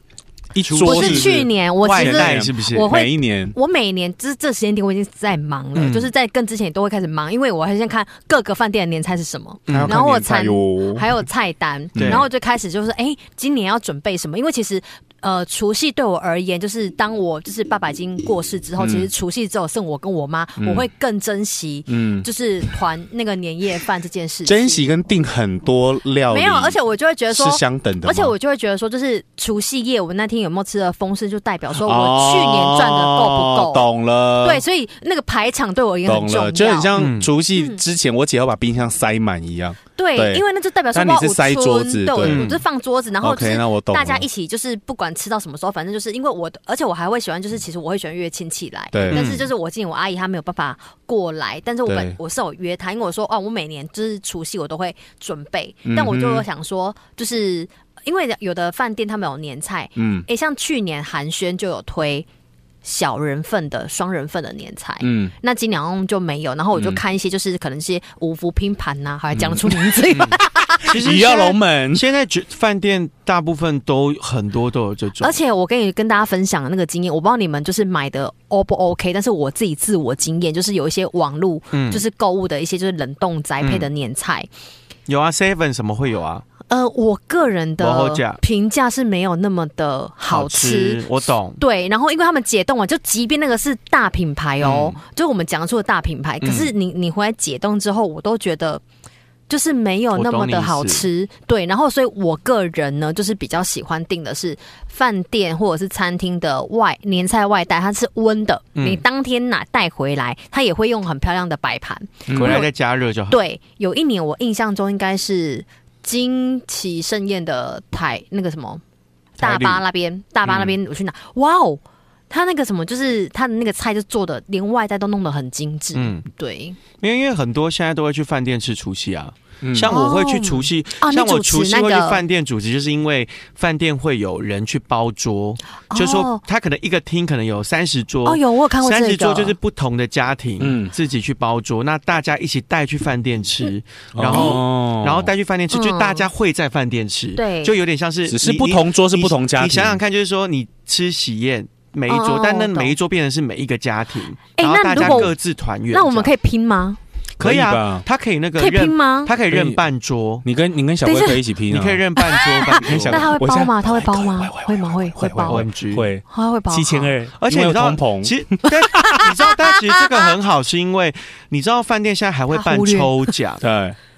B: 一桌
A: 不
B: 是
A: 是去年，我
C: 外
A: 其实
B: 带
C: 带是不是？
A: 我会
B: 每一年
A: 我每年这这时间点我已经在忙了，
C: 嗯
A: 就是在更之前都会开始忙，因为我还先看各个饭店的年菜是什么，
C: 嗯
A: 然后我才
B: 哟，
A: 还有菜 单，
C: 对
A: 然后我就开始就是，哎、今年要准备什么？因为其实。呃，除夕对我而言，就是当我就是爸爸已经过世之后，
B: 嗯
A: 其实除夕只有剩我跟我妈，
B: 嗯
A: 我会更珍惜
B: 嗯，
A: 就是团那个年夜饭这件事情。
B: 珍惜跟订很多料理
A: 没有，而且我就会觉得说
B: 是，相等的吗，
A: 而且我就会觉得说，就是除夕夜我那天有没有吃的丰盛，就代表说我去年赚的够
B: 哦
A: 不够。
B: 懂了，
A: 对，所以那个排场对我也很
B: 懂
A: 重要。
B: 了，就很像
C: 嗯
B: 除夕之前，我姐要把冰箱塞满一样。
A: 对，
B: 对
A: 因为那就代表说
B: 那
A: 哇，
B: 你是
A: 我
B: 塞桌
A: 村
B: 子
A: 对，
B: 对嗯
A: 我就放桌子，然后就
B: OK，
A: 是
B: 那我懂了
A: 大家一起就是不管吃到什么时候，反正就是因为我的，而且我还会喜欢，就是其实我会喜欢约亲戚来，
B: 对
A: 但是就是我见我阿姨她没有办法过来，但是我本
B: 对
A: 我是有约她，因为我说哦，我每年就是除夕我都会准备
B: 嗯，哼
A: 但我就想说，就是因为有的饭店他们有年菜，
B: 嗯
A: 诶，像去年寒暄就有推小人份的双人份的年菜，
B: 嗯，
A: 那今年好像就没有，然后我就
B: 嗯
A: 看一些就是可能一些五福拼盘呐、还讲得出名字吗？
C: 其实
B: 鱼
C: 现
B: 跃
C: 在
B: 龙门，
C: 现在酒饭店大部分都很多都有这种，
A: 而且我跟你跟大家分享的那个经验，我不知道你们就是买的 O 不 OK，但是我自己自我经验就是有一些网络
C: 嗯
A: 就是购物的一些就是冷冻宅配的年菜，
C: 有啊，seven 什么会有啊，
A: 呃，我个人
C: 不好
A: 的
C: 吃
A: 评价是没有那么的好吃。
C: 我懂，
A: 对，然后因为他们解冻啊，就即便那个是大品牌哦，
C: 嗯
A: 就是我们讲出的大品牌，可是你你回来解冻之后，我都觉得就是没有那么的好吃。对，然后所以我个人呢，就是比较喜欢订的是饭店或者是餐厅的外年菜外带，它是温的，
C: 嗯
A: 你当天拿带回来，它也会用很漂亮的摆盘。
B: 嗯
C: 回来再加热就好。
A: 对，有一年我印象中应该是金旗盛宴的台那个什么
C: 台嗯
A: 大
C: 旅
A: 巴那边，大巴那边我去拿，哇哦，他那个什么就是他的那个菜就做的连外带都弄得很精致，
C: 嗯，
A: 对，
C: 因为因为很多现在都会去饭店吃除夕啊，
B: 嗯
C: 像我会去除夕，
A: 哦，你
C: 像
A: 主
C: 我除
A: 持
C: 夕
A: 那
C: 会去
A: 个
C: 饭店主持，就是因为饭店会有人去包桌，就是说
A: 哦
C: 他可能一个厅可能有三十桌
A: 哦，有我有看过
C: 三
A: 这
C: 十
A: 个，
C: 桌就是不同的家庭，
B: 嗯
C: 自己去包桌，那大家一起带去饭店吃，
B: 嗯哦
C: 然后、
B: 后
C: 然后带去饭店吃，
A: 嗯
C: 就大家会在饭店吃，
A: 对
C: 就有点像是
B: 只是
C: 你
B: 不
C: 你
B: 同桌是
C: 你
B: 不同家庭，
C: 你想想看，就是说你吃喜宴。每一
A: 哦
C: 桌
A: 哦，
C: 但那
A: 我懂
C: 每一桌变成是每一个家庭，
A: 哎
C: 然后
A: 那
C: 大家
A: 如果
C: 各自团圆这样。
A: 那我们可以拼吗？
C: 可以
B: 可以
C: 啊
B: 吧，
C: 他可以那个
A: 可以拼
C: 认，
A: 吗？
C: 他可以
B: 可
C: 认
B: 以
C: 半桌，
B: 你跟你跟小
A: 等
B: 薇
A: 一下
B: 可以一起拼
C: 你
B: 啊，
C: 可以认半 桌，半桌
B: 想
A: 那他会
B: 我
A: 包
B: 现在哎
A: 吗？他会包吗？
B: 会
A: 会吗？会
B: 会
A: 会包
B: 会？
C: OMG
B: 会
A: 哦他会包
B: 七千
A: 好
B: 二，
C: 而且你知道
B: 因为有通膨，
C: 其实，但你知道，但其实这个很好，是因为你知道饭店现在还会
A: 他
C: 办
A: 忽略
C: 抽 奖，
B: 对，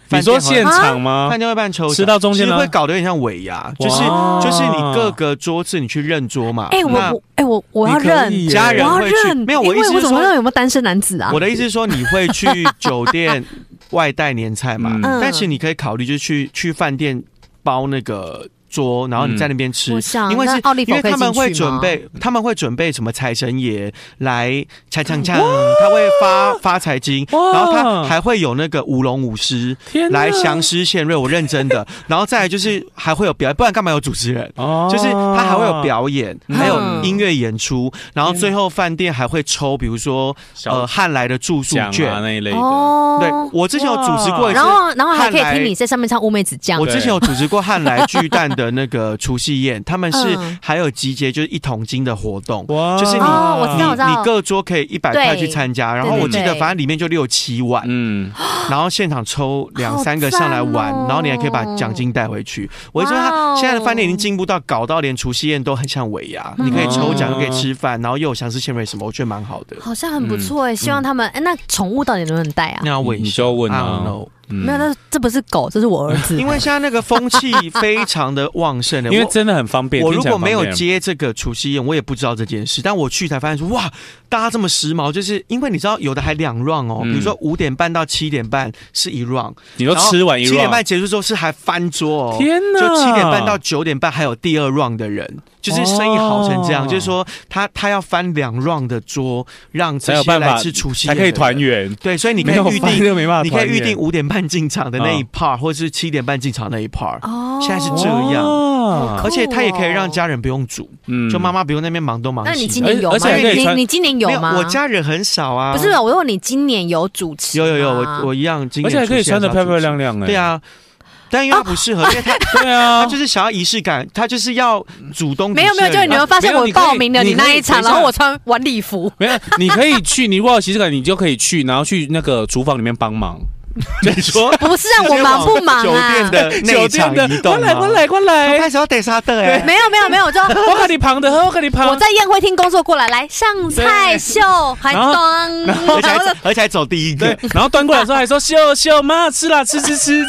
C: 店
B: 你说现场吗
C: 饭？店会办抽奖，
B: 吃到中间
C: 其
B: 呢
C: 实会搞得有点像尾牙，就是
B: 哇
C: 就是你各个桌次你去认桌嘛。
A: 哎、我
C: 那
A: 我哎、我我要
B: 你可以
A: 认，
B: 耶
C: 家人
A: 我要
C: 会去
A: 认，
C: 没有我
A: 因
C: 意
A: 为
C: 思
A: 我
C: 是
A: 怎么
C: 说
A: 知道有没有单身男子啊？
C: 我的意思是说，你会去酒店外带年菜嘛？
B: 嗯
C: 但是你可以考虑就是去去饭店包那个桌，然后你在那边吃
A: 我，想
C: 因为
A: 那
C: 是
A: 奥利
C: 因
A: 弗
C: 为
A: 可以
C: 他们
A: 进
C: 会
A: 去
C: 准
A: 吗
C: 备，他们会准备什么财神爷来锵锵锵，他会发发财金，
B: 哇
C: 然后他还会有那个舞龙舞狮
B: 天哪
C: 来详诗献瑞，我认真 的，然后再来就是还会有表演，不然干嘛有主持人？
B: 哦
C: 就是他还会有表演，
B: 嗯
C: 还有音乐演出，然后最后饭店还会抽，比如说呃
B: 小
C: 汉来的住宿
B: 奖啊
C: 券。
B: 那一类的，
A: 哦，
C: 对，我之前有主持过一次
A: 然，后然后还可以
C: 看来
A: 听你在上面唱乌梅子酱
C: 我，之前有主持过汉 来巨蛋的那个除夕宴，他们是
A: 嗯
C: 还有集结就是一桶金的活动，
B: 哇
C: 就是你
A: 哦我知道我知
C: 你
A: 道
C: 你各桌可以一百块去参加，然后我记
A: 对
C: 得
A: 对对
C: 反正里面就六七万，
B: 嗯，
C: 然后现场抽两
A: 好
C: 三个上来玩，
A: 赞哦
C: 然后你还可以把奖金带回去。我就说
A: 哇
C: 他
A: 哦
C: 现在的饭店已经进步到搞到连除夕宴都很像尾牙，
A: 嗯
C: 你可以抽奖，又可以吃饭，然后又有想吃纤维什么，我觉得蛮好的。
A: 好像很不错哎、希望他们哎、那宠物到底能不能带啊？
C: 那要
B: 你就要问啊
C: I don't know
B: 嗯
A: 没有，那这不是狗，这是我儿子。
C: 因为现在那个风气非常的旺盛的，
B: 因为
C: 我
B: 真的很方便。
C: 我
B: 听
C: 如
B: 起来
C: 果
B: 很
C: 没
B: 方
C: 有
B: 便，
C: 接这个除夕宴，我也不知道这件事。但我去才发现说，哇，大家这么时髦，就是因为你知道有的还两 round 哦，
B: 嗯
C: 比如说五点半到七点半是一 round，
B: 你都吃完一
C: 七点
B: round
C: 半结束之后是还翻桌哦，
B: 天哪
C: 就七点半到九点半还有第二 round 的人，就是生意好成这样，
B: 哦
C: 就是说他他要翻两 round 的桌，让
B: 才
C: 这
B: 有
C: 些
B: 办
C: 来
B: 法
C: 吃除夕
B: 才可以团
C: 圆。
B: 圆。
C: 对，所以你可
B: 没有
C: 以预
B: 饭
C: 定，
B: 就没办法，
C: 你可以预定。五点半进场的那一
B: 嗯
C: part，、或是七点半进场那一 part，、
A: 哦
C: 现在是这样
B: 哇
C: 而且他也可以让家人不用煮，
B: 嗯
C: 就妈妈不用那边忙东忙西
A: 那
C: 的。
A: 你今年有吗
B: 而且还可？以
A: 你
B: 穿
A: 你今年
C: 没
A: 有吗？
C: 我家人很少啊，
A: 不是，我问你今年有主持
C: 有有有，
A: 吗
C: 我我一样今
B: 而
C: 年
B: 且还可以穿的漂漂亮
C: 亮。
B: 亮哎。
C: 对，啊，但因为他不适合，
A: 哦
C: 因为他
B: 对啊
C: 他，就是想要仪式感，他就是要主啊动。
A: 没有没有，就是你们发现
B: 没有
A: 我
B: 你可以
A: 报名了
B: 你
A: 你那
B: 可以
A: 一场，
B: 等一下
A: 然后我穿晚礼服，
B: 没有，你可以去，你如果有仪式感，你就可以去，然后去那个厨房里面帮忙。
C: 你 说
A: 不是啊，我忙不忙
C: 酒店
A: 啊？
C: 的呃内场移动吗，
B: 我来，
C: 开始要逮沙特哎，
A: 没有没有没有，我就
B: 我跟你旁的，我跟你旁
A: 我在宴会厅工作过来，来上菜秀，还
B: 然后
A: 端，
C: 而且 还走而且还走第 一
B: 对
C: 个，，
B: 然后端过来的时候还说秀秀妈吃啦吃吃 吃，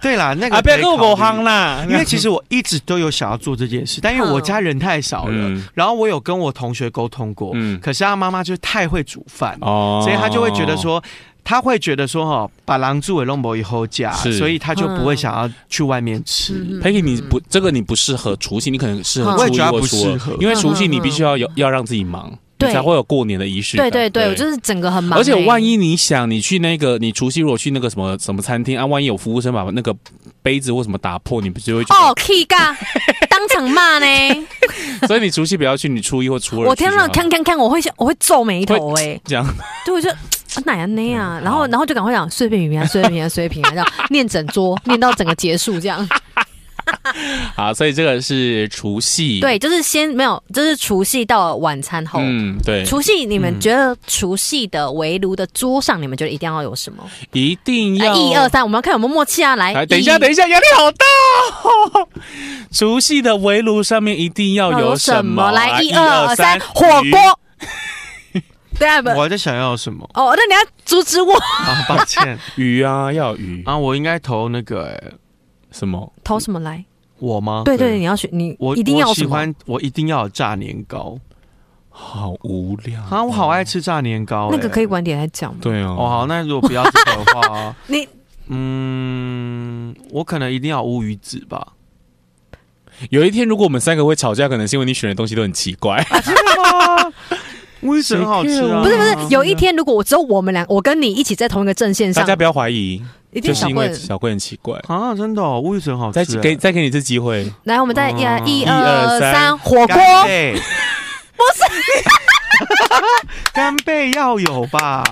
C: 对啦，那个
B: 啊不要跟我
C: 可以
B: 狗
C: 考虑
B: 夯啦，
C: 因为其实我一直都有想要做这件事，但因为
A: 嗯
C: 我家人太少了
B: 嗯，
C: 然后我有跟我同学沟通过，
B: 嗯
C: 可是他妈妈就太会煮饭，
B: 哦
C: 所以他就会觉得说。他会觉得说哈，把狼住尾弄不以后嫁，
B: 是
C: 所以他就不会想要去外面吃。
B: Peggy，你不这个你不适合除夕，你可能适
A: 嗯
B: 合初
C: 嗯我也
B: 一
C: 觉得
B: 或
C: 不
B: 初
C: 适
B: 二，
C: 合嗯
B: 因为除夕你必须要有要让自己忙，你
A: 对
B: 才会有过年的仪式感。
A: 对对对，我就是整个很忙欸、
B: 而且万一你想你去那个，你除夕如果去那个什么什么餐厅啊，万一有服务生把那个杯子或什么打破，你不就会觉得？
A: 哦 k 尬，当场骂呢！
B: 所以你除夕不要去，你初一或初二去就好。
A: 我天哪，看看看，我会想我会皱眉头哎、
B: 这样，
A: 对，我就啊哪样那样
B: 嗯
A: 啊，然后然后就赶快讲碎片语啊，碎 片语啊，碎片语啊，这样念整桌，念到整个结束这样。
B: 好，所以这个是除夕。
A: 对，，就是先没有，就是除夕到晚餐后。
B: 嗯，对，
A: 除夕，你们觉得除夕的围炉的桌上，你们觉得一定要有什么？
B: 一定
A: 来，
B: 要
A: 呃一二三，我们要看有没有默契啊！来，
B: 来，等一下，等一下，压力好大哦！ 除夕的围炉上面一定要有什么？
A: 来，一二三，火。
B: 鱼
A: 锅。 对啊，不，
B: 嗯
C: 我还在想 要什么
A: 哦，那你要阻止我
C: 啊？抱歉
B: 鱼啊，要有鱼
C: 啊，我应该投那个、欸、
B: 什么？
A: 投什么来？
C: 我吗？
A: 对对，
B: 啊对
A: 你要选，你
C: 我
A: 一定要
C: 我
A: 什
C: 喜
A: 么？
C: 欢，我一定要有炸年糕
B: 好无聊
C: 啊！我好爱。吃炸年糕、
A: 那
C: 欸，
A: 个
B: 哦哎
A: 可以晚点来讲吗。
B: 对
C: 哦。
B: 哦，
C: 好，那如果不要这个的话，
A: 你
C: 嗯，我可能一定要乌鱼子 吧？
B: 有一天如果我们三个会吵架，可能是因为你选的东西都很奇 怪。
C: 啊乌鱼子很好吃啊！
A: 不是不是，有一天如果我只有我们俩，我跟你一起在同一个阵线
B: 大
A: 上
B: 家，不要怀疑，
A: 一定
B: 就是
A: 小
B: 因
A: 贵
B: 为。小贵很奇怪。
C: 啊，真的、哦、乌鱼子很好吃、
B: 再
C: 欸。
B: 给再给你一次机会，
A: 来，我们再一
C: 嗯
A: 一
B: 哦一二
A: 二
B: 三
A: 三，火锅。
C: 干 贝，不是， 干贝要有吧？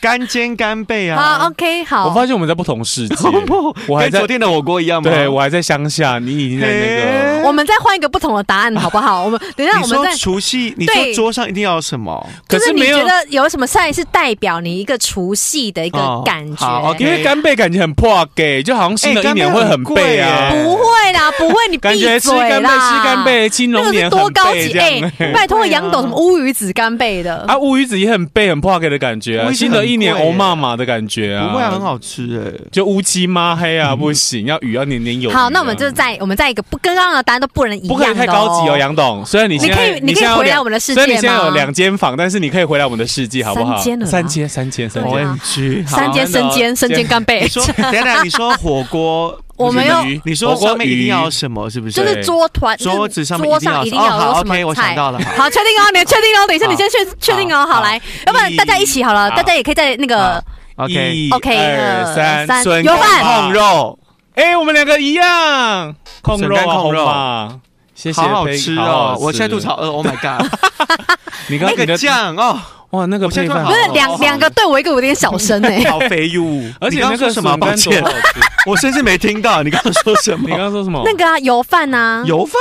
C: 干煎干贝
A: 好
C: 啊！
A: ，OK，
B: 我
A: 好
B: 发。现我们在不同世界。我
C: 我
B: 还
C: 跟
B: 在
C: 昨天的火锅一样吗？
B: 对我还在乡下，你已经在那个。
A: 我们再换一个不同的答 案，好不好？我们等一下，
C: 你
A: 我们
C: 说
A: 再
C: 除夕，你说
A: 对
C: 桌上一定要有什么？
B: 可
A: 就是你
B: 没有
A: 觉，得有什么菜是代表你一个除夕的一个感觉？
C: 哦好，OK
B: 因为干贝感觉很破给，就好像
A: 哎
B: 新的一年会很背啊
C: 哎干贝很贵。耶
A: 不会 啦，不会，你
B: 感觉
A: 闭
B: 吃干
A: 嘴
B: 贝吃干
A: 啦！
B: 贝，青
A: 那
B: 龙
A: 个
B: 年
A: 是
B: 很
A: 多高
B: 背
A: 级
B: 这样。
A: 哎， 拜托
C: 对啊
A: 杨董什么乌鱼子干贝的
B: 啊，乌鱼子也很背很破给的感觉啊，
C: 乌鱼子
B: 新的一年
C: 很贵
B: 欧
C: 耶
B: 妈妈的感觉啊，
C: 不会啊，很，好吃
B: 就乌漆嘛黑啊，不行，要鱼要年年有余
A: 嗯
B: 啊。
A: 好，那我们就在我们在一个不跟刚刚的答案都不能一
B: 不
A: 样
B: 可以太高级哦，
A: 的
B: 杨董。虽然你
A: 你
B: 现
A: 可以
B: 在，
A: 你可以
B: 现在有
A: 回来
B: 两
A: 我们的世
B: 所以你
A: 界
B: 现在有
A: 吗？
B: 两间房，但是你可以回来我们的世界，好不好？
A: 三间了啦
B: 三间，三间，
C: 哎
B: 三
A: 对
B: 间。
A: 啊
C: ！OMG，好
A: 三间
B: 真的
A: 生
B: 哦
A: 煎生煎干贝
C: 你，说等一下，你说火锅，
A: 我们要
B: 鱼
C: 你说上面一定要有什么？是不？
A: 就是是桌团
C: 桌子上面
A: 桌上
C: 一
A: 一
C: 定
A: 定
C: 要
A: 要
C: 哦
A: 有
C: 好
A: 什么
C: ，OK，我想
A: 菜
C: 到了好
A: 好，确定哦，你确定哦，等一下
C: 好
A: 你先确确定哦，
C: 好
A: 好来，要不然大家一起好了，
B: 好
A: 大家也可以在那个
C: OK，
B: 一
A: OK，
B: 二
A: 呃
B: 三，
A: 三
B: 孙
A: 有饭
C: 控肉，
B: 哎，我们两个一样，控肉
C: 笋干
B: 啊，
C: 控肉
B: 红吧谢谢，
C: 好好
B: 佩
C: 吃
B: 好
C: 哦
B: 好！吃
C: 我现在肚子好饿，Oh my god，
B: 你刚
C: 那
B: 你
C: 个
B: 的
C: 酱哦，
B: 哇，那个
C: 我现
B: 配
C: 在
B: 饭
C: 突然
A: 不是
B: 好
C: 好
A: 两
C: 好
A: 两个对我一个我有点小声 哎，
C: 好肥哟！
B: 而且
C: 你
B: 那
C: 刚刚
B: 个
C: 说什么？
B: 笋干
C: 抱歉
B: 多好，吃
C: 我甚至没听到你刚刚说什
B: 你刚
C: 么。
B: 刚说什么？
A: 那个啊油饭啊，
C: 油饭，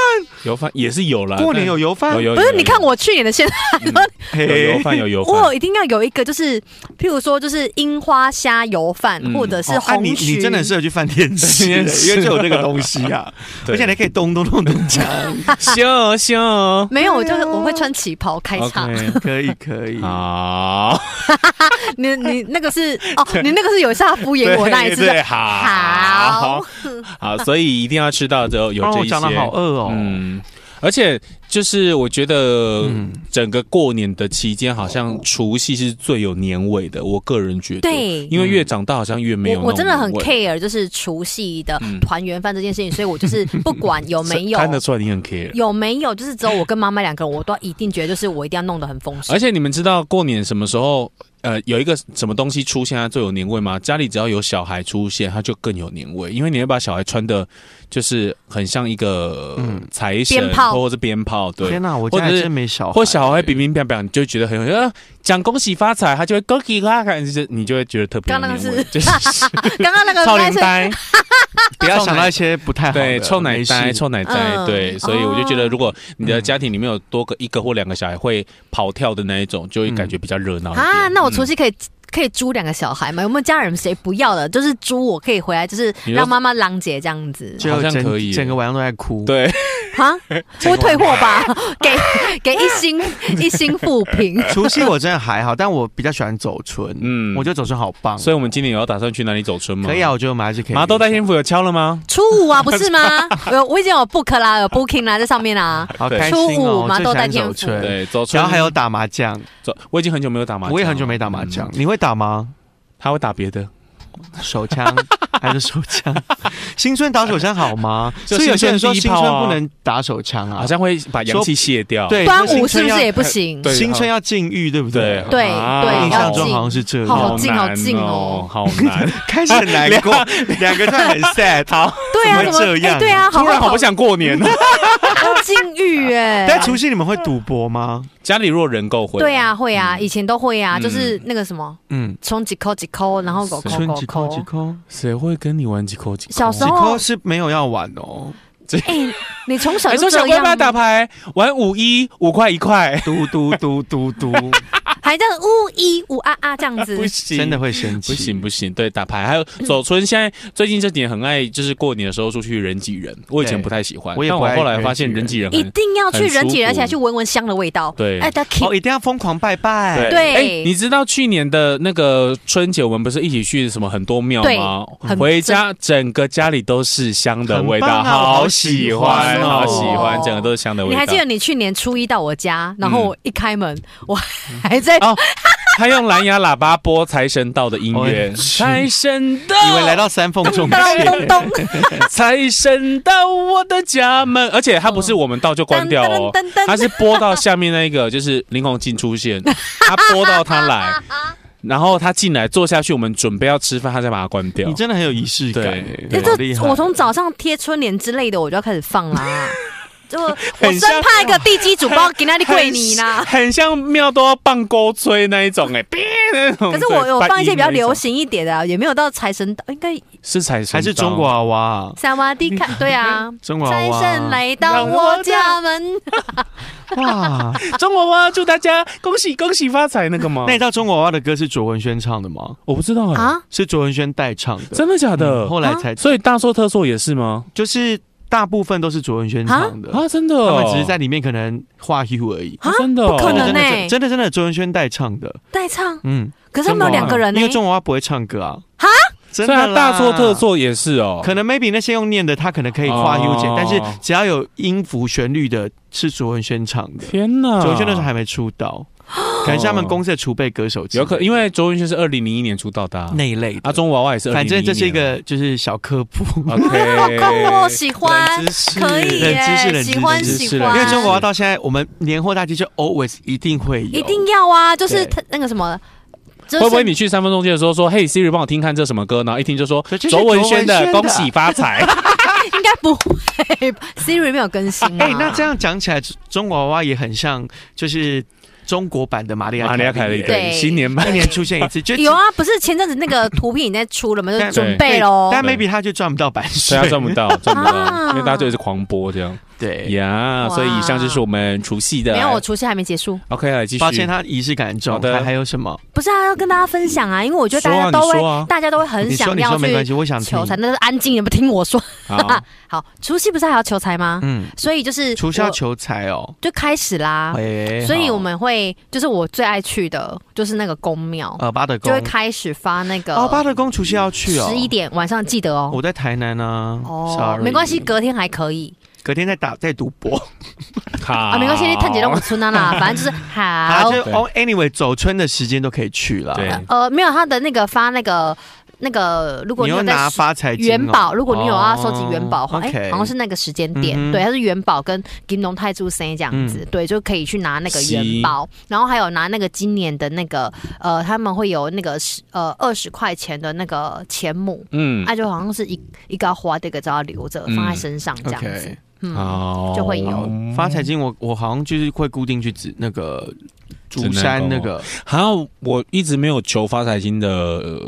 B: 油饭也是有啦，
C: 过年有油
B: 但
C: 饭，
B: 啊有有，
A: 不是
B: 有嗯
A: 你看我去年的现在，
B: 有有
C: 嘿
B: 油饭有油
A: 我有
B: 饭，
A: 一定要有一个就是，譬如说就是樱花虾油饭
B: 嗯
A: 或者是
C: 哦啊你
A: 红曲，
C: 你真的很适合去饭 店吃，因
B: 饭店
C: 为
B: 吃
C: 就有这个东西 啊，而且你还可以咚咚咚咚锵，
B: 行哦 行哦
A: 没有，我就是我会穿旗袍开场，
B: ，OK，
C: 可以可以。
B: 好。
A: 你 你那个是哦，你那个是有一次他敷衍我那一次
B: 对
A: 的，
B: 对好
A: 好
B: 好，所以一定要吃到就有
C: 哦
B: 这
C: 我
B: 一些。
C: 讲的好饿哦，
B: 嗯，而且就是我觉得
C: 嗯
B: 整个过年的期间，好像除夕是最有年味的。我个人觉得，
A: 对
B: 因为越长大好像越没有
A: 我我真的很
B: 那种年味
A: care 就是除夕的
B: 嗯
A: 团圆饭这件事情，所以我就是不管有没有
B: 看得出来你很 care。
A: 有没有，就是只有我跟妈妈两个人，我都一定觉得就是我一定要弄得很丰盛
B: 而。且你们知道过年什么时候？呃，有一个什么东西出现它最有年味吗？家里只要有小孩出现，它就更有年味，因为你会把小孩穿的，就是很像一个
C: 嗯
B: 财神
A: 鞭，炮
B: 或者是鞭炮，对，
C: 天哪，我
B: 或
C: 家
B: 者
C: 里
B: 是
C: 真没
A: 哦
C: 小孩，
B: 或小孩，比比表表，你就会觉得很有，呃，讲恭喜发财，他就会恭喜发财，就是你就会觉得特别有
A: 刚刚
B: 年
A: 那个
B: 味， 就是
A: 刚刚那个
B: 臭
A: 应该
B: 脸
A: 是
B: 呆，
C: 不要想到一些不太好 的，
B: 对，臭奶
C: 没事
B: 呆，臭奶呆，
A: 嗯
B: 对，所以我就觉得，
A: 哦
B: 如果你的家庭里面有多个一个或两个小孩会跑跳的那一种，就会感觉比较热闹一点
A: 啊，那我除
B: 嗯
A: 夕可以。可以租两个小孩吗？有没有家人谁不要的？就是租，我可以回来，就是
B: 你说
A: 让妈妈浪姐这样子
C: 就
B: 好像
C: 整
B: 可以耶
C: 整个晚上都在哭。
B: 对，
A: 啊，不会退货吧？ 给给一星一星复评。
C: 除夕我真的还好，但我比较喜欢走村，
B: 嗯
C: 嗯，我觉得走村好棒，
B: 所以我们今年有要打算去哪里走村吗？
C: 可以啊，，我觉得我们还是可以。
B: 麻豆带天府有敲了吗？
A: 初五啊，不是吗？有我已经有 book 啦，有 booking 啦，在上面啦。
C: 好
B: 对
C: 开心
A: 初
C: 哦
A: 五，麻
C: 最
A: 豆
C: 喜
A: 带
C: 欢
A: 天
C: 走
A: 府
C: 村，
B: 对，走村，
C: 然后还有打麻将，
B: 走，我已经很久没有打麻将了，
C: 我也很久没打麻将
B: 嗯，
C: 你会打吗？
B: 他会打别的，
C: 手 枪还是手枪？ 新春打手枪好吗？
B: 就
C: 所以有些人说
B: 新
C: 新
B: 春第一炮
C: 春
B: 啊
C: 不能打手枪啊
B: 好，像会把阳气卸掉。
C: 对
A: 端
C: 说
A: 午
C: 新
A: 是
C: 春
A: 不
C: 要
A: 是也不行？
B: 对
C: 新春要禁欲，对不对？
B: 对
A: 对
B: 啊
A: 对，
C: 印
A: 要
C: 象中
A: 进
C: 好像是这
A: 好
C: 样，
A: 近好近哦
B: 好难 哦。
C: 开始很难 过，两个人很 sad。好，
A: 对啊，
C: 怎
A: 怎
C: 么
A: 么
C: 会这样
A: 哎对啊，
B: 突然好不想过年呢。
A: 要禁欲哎。
C: 但除夕你们会赌博吗？
B: 家里若人够会，
A: 对啊，会啊，以前都会啊，就是那个什么。
C: 嗯，
A: 冲几扣几扣，然后狗扣
C: 春
A: 狗
C: 几扣几
A: 扣。
C: 扣，
B: 谁会跟你玩几口几口？
A: 小时
C: 几
A: 候
C: 扣是没有要玩哦，
A: 哎、你从小
B: 你
A: 就
B: 说
A: 这
B: 小乖乖
A: 样啊
B: 打
A: 吗，
B: 牌，玩五一五块一块，
C: 嘟嘟嘟嘟嘟，
A: 还这样呜一呜啊啊这样子
B: 不。行，
C: 真的会生气。
B: 不行，不行，对打牌还有走村，现在最近这几年很爱，就是过年的时候出去人挤人。我以前不太喜欢，
C: 我也
B: 但
C: 不
B: 我
C: 爱
B: 后来发现人挤人
A: 一
B: 很
A: 定要去人挤人，
B: 很舒服
A: 而且还去闻闻香的味道。
B: 对
A: 哎，大家 keep
C: 哦，一定要疯狂拜拜。
A: 对
B: 哎你知道去年的那个春节，我们不是一起去什么很多庙
A: 对
B: 吗？
A: 很
B: 回家整个家里都是香的味
C: 很
B: 道，
C: 棒啊我
B: 好
C: 好
B: 喜
C: 喜
B: 欢，
C: 欢
B: 好
C: 哦
B: 喜欢，整个都是香的味
A: 你
B: 道
A: 还。记得你去年初一到我家，然后我一开门，我还在、
B: 哦，他用蓝牙喇叭播财神到的音乐，
C: 哦
B: 财神到，
C: 以为来到三凤中
A: 咚
C: 介，
A: 咚咚咚，
B: 财神到我的家门，而且他不是我们到就关掉哦，
A: 噔噔噔噔
B: 他是播到下面那一个，就是林宏进 出现，他播到他来，然后他进来坐下去，我们准备要吃饭，他再把它关掉
C: 你。真的很有仪式感
B: 对
C: 欸，
A: 就
C: 好厉
A: 这
C: 害
A: 我从早上贴春联之类的，我就要开始放啦。就我
B: 很像
A: 生怕一个地基主包给那里跪你啦。
B: 很像庙都要放钩吹那一种哎、别 那种。
A: 可是我有
B: 对
A: 放一些比较
B: 拜那种
A: 流行一点的、啊，也没有到财神到，应该
B: 是财神，
C: 还是中国。娃娃，
A: 萨瓦迪卡，对啊，
C: 中国娃
A: 财
C: 娃，
A: 神来到我家门，
C: 哇！
B: 中国娃，祝大家恭喜恭喜发财那个吗
C: 那？你知道中国娃娃的歌是卓文萱唱的吗？
B: 我不知道哎、
A: 啊，
C: 是卓文萱代唱的，
B: 真的假的？
C: 嗯后来才
B: 所以大错特错也是吗？
C: 就是大部分都是卓文萱唱的，
B: 啊，真的、
C: 他
B: 哦，
C: 们只是在里面可能画 U 而已。
B: 啊真的、哦，
A: 不可能
C: 真的
A: 欸
C: 真的真的卓文萱代唱的，
A: 代唱，
C: 嗯，
A: 可是他们有两个人呢、欸
C: 因为中国娃娃不会唱歌啊，
A: 哈，
B: 虽
C: 真的
B: 然
C: 啦
B: 大错特。错也是哦，
C: 可能 maybe 那些用念的，他可能可以画
B: 哦
C: U 简，但是只要有音符旋律的，是卓文萱唱的。
B: 天啊哪，
C: 卓文萱那时候还没出道，可能是他们公司的储备歌手之类
B: 有
C: 的，
B: 可，因为卓文萱是二零零一年出道的啊，
C: 那一类的
B: 啊，中国娃娃也是2001年，啊
C: 反正这是一个就是小科普，
B: OK，
A: 好酷哦，喜欢
B: 冷知，识
A: 可以耶
C: 冷知识冷知，识
A: 喜欢
C: 冷
B: 知识
A: 喜
B: 冷
C: 因
A: 欢，
B: 知
C: 为
B: 识
C: 中国娃娃到现在，我们年货大季就 always 一定会有，
A: 一定要啊，就是
C: 对
A: 他那个什么，就是
B: 会不会你去三分钟街的时候说，嘿 Siri 帮我听看这什么歌，然后一听就说
C: 对这是
B: 卓文萱的
C: 卓文萱的
B: 恭喜发财，
A: 应该不会吧？Siri 没有更新啊
C: 哎、那这样讲起来，中国娃娃也很像，就是中国版的玛利亚
B: 玛利亚凯莉
A: 对
B: 对新年版
C: 一年出现一次， 就
A: 有，啊，不是前阵子那个图片已经在出了吗？就是
C: 但
A: 准备喽。
C: 但
B: 对
C: maybe 他就赚不到版
B: 对
C: 税
B: 啊，，赚不 到，赚不到，
A: 啊
B: 因为大家就是狂播这样
C: 对，
B: 呀，
A: 哇
B: 所以以上就是我们除夕的，
A: 没有，我除夕还没结束。
B: OK 来继续，
C: 抱歉，他仪式感很
B: 好
C: 重。
B: 的
C: 还还有什么？
A: 不是啊，要跟大家分享啊，因为我觉得大家
B: 说啊
A: 都
B: 你
A: 会，
B: 说 啊
A: 大家都会很
C: 你说
A: 想
C: 你
A: 要
C: 说没关
A: 去
C: 系，我想听
A: 求。财，但是安静，你们听我说。
B: 好，
A: 好，除夕不是还要求财吗？
C: 嗯，
A: 所以就是
C: 除夕要
A: 我
C: 求财哦。
A: 就开始啦。
C: 喂
A: 所以
C: 好
A: 我们会就是我最爱去的就是那个公庙，
C: 呃八德
A: 就
C: 宫
A: 会开始发那个
C: 哦，八德宫除夕要去哦，
A: 十一。点晚上记得哦。
C: 我在台南呢、
A: 哦
C: sorry
A: 没关系，，隔天还可以
C: 隔天再打再赌博。
B: 好
A: 啊，没关系，你探姐让我村啊啦，反 正就是
C: 好，
A: 好
C: 就。是
B: 对
C: 哦，anyway，走春的时间都可以去了。
B: 对
A: 呃，没有他的那个发那个那个，如果
C: 你
A: 你
C: 要
A: 有在
C: 拿发财金哦
A: 元宝，如果你有要收集元宝的话，
C: 哦
A: 哎、
C: ，OK
A: 好像是那个时间点，
C: 嗯哼嗯
A: 对，它是元宝跟金龙泰铢生这样子，对，就可以去拿那个元宝，然后还有拿那个今年的那个呃，他们会有那个十呃二十块钱的那个钱母，
B: 嗯，
A: 啊，就好像是一一个要花的一个就要留着
B: 嗯
A: 放在身上这样子
C: OK，，
A: 嗯，
B: 好，
A: 就会有
C: 哦
B: 嗯
C: 发财金我我好像就是会固定去指那个竹山那
B: 哦
C: 个，
B: 好，我一直没有求发财金的、呃、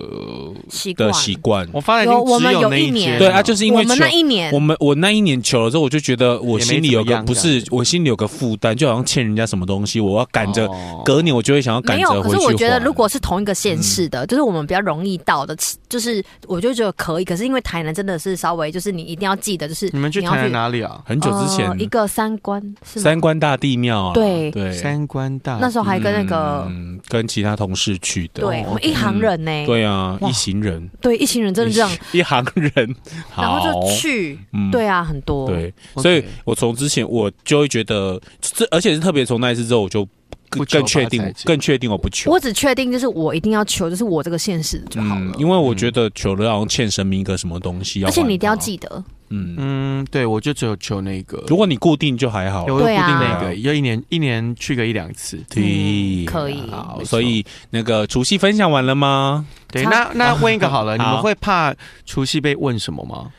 A: 习惯
B: 的。习惯。
C: 我发财金
A: 有我们
C: 只
A: 有
C: 那
A: 一
C: 一间
A: 年
B: 对啊，就是因
A: 我
B: 为
A: 们
B: 求
A: 那一年
B: 我，们我那一年求了之后，我就觉得我心里有个
C: 也没怎么样
B: 不是，我心里有个负担，就好像欠人家什么东西，我要赶着、
C: 哦
B: 隔年，我就会想要赶
A: 没
B: 着
A: 有，
B: 回去嗯
A: 可是我觉得
B: 还
A: 如果是同一个县市的，就是我们比较容易到的，就是我就觉得可以。可是因为台南真的是稍微，就是你一定要记得，就是
C: 你们去
A: 你要
C: 台南
A: 去
C: 哪里啊？
B: 嗯很久之前、
A: 呃一个三观是吗？
B: 三官大帝庙啊，
A: 对
B: 对，
C: 三官大
A: 那时候还跟那个、
B: 嗯，跟其他同事去的，
A: 对，我们一行人呢、
B: 对啊，
C: 哇
B: 一行人，
A: 对一行人真的这样，
B: 一一行人，
A: 然后
B: 好
A: 就去，
B: 嗯
A: 对啊，很多，
B: 对，
C: OK
B: 所以我从之前我就会觉得，这而且是特别从那一次之后，我就
C: 不求
B: 更确
C: 发财
B: 定
C: 金，
B: 更确定我不求。
A: 我只确定就是我一定要求，就是我这个现实就好了。
B: 嗯因为我觉得求了好像欠神明一个什么东西要
A: 而
B: 还他，
A: 且你一定要记得，
B: 嗯，
C: 嗯，对，我就只有求那个，
B: 如果你固定就还好
C: 有
B: 了。
C: 固
A: 对
C: 定
A: 啊
C: 那个，要一年一年去个一两次。
B: 对，
A: 可以
C: 好
B: 好，所以那个除夕分享完了吗？
C: 对，
A: 差
C: 那那问一个好了，你
B: 啊 好
C: 们会怕除夕被问什么吗？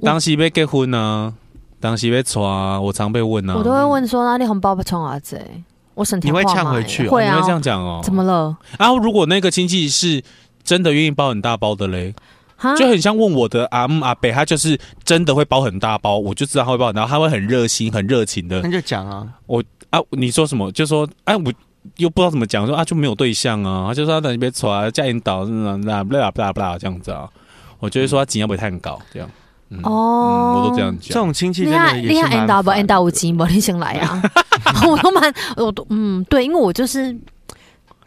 A: 我
B: 当时被结婚呢、当时被娶啊，我常被问呢、啊。
A: 我都会问说那你红包不充啊？这我省
C: 你会呛回去哦
A: 会
B: 你
A: 啊
B: 会这，样讲哦？
A: 怎么了？
B: 啊？如果那个亲戚是真的愿意包很大包的嘞，
A: 哈，
B: 就很像问我的阿姆阿伯，他就是真的会包很大包，我就知道他会包很大，他会很热心、很热情的
C: 那就讲啊，
B: 啊。你说什么？就说哎、我。又不知道怎么讲，说啊就没有对象啊，他就说他等你别出啊，嫁引导那那不啦不啦不啦这样子啊，我就会说他钱要不要太高这样，嗯
A: 哦
B: 嗯我都这样
C: 这
B: 讲，
C: 种亲戚
A: 你
C: 真
A: 看，
C: 的也
A: 你
C: 是
A: 看
C: 蛮
A: N W
C: 烦
A: N
C: 的
A: W 金，我你先来 啊！我都蛮，我都嗯，对，因为我就是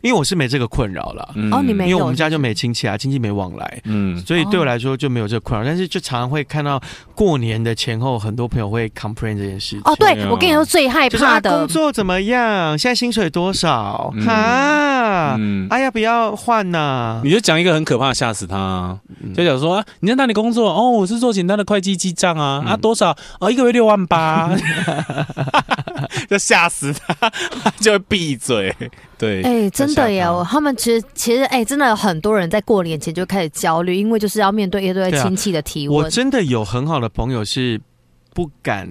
C: 因为我是没这个困扰啦，
B: 嗯
A: 哦你
C: 因
A: 没
C: 为
A: 有
C: 我们家就没亲戚啊，亲戚没往来。
B: 嗯
C: 所以对我来说就没有这个困扰，但是就常常会看到过年的前后，很多朋友会 complain 这件事情。
A: 哦，对
B: 对啊
A: 我跟你说最害
C: 就是、啊、
A: 怕
C: 工
A: 的，
C: 作怎么样？现在薪水多少？
B: 嗯
C: 哈、
B: 嗯，
C: 哎呀，不要换呐、
B: 你就讲一个很可怕的吓死他、啊，
C: 嗯
B: 就讲说、啊、你在哪里工作？哦，我是做简单的会计记账啊，啊多少？哦，一个月六万八，就吓死他，他就会闭嘴。对，
A: 哎、真的耶
B: 吓！到
A: 我他们其实其实哎、真的有很多人在过年前就开始焦虑，因为就是要面对一堆
C: 对啊
A: 亲戚的提问
C: 我。真的有很好的朋友是不敢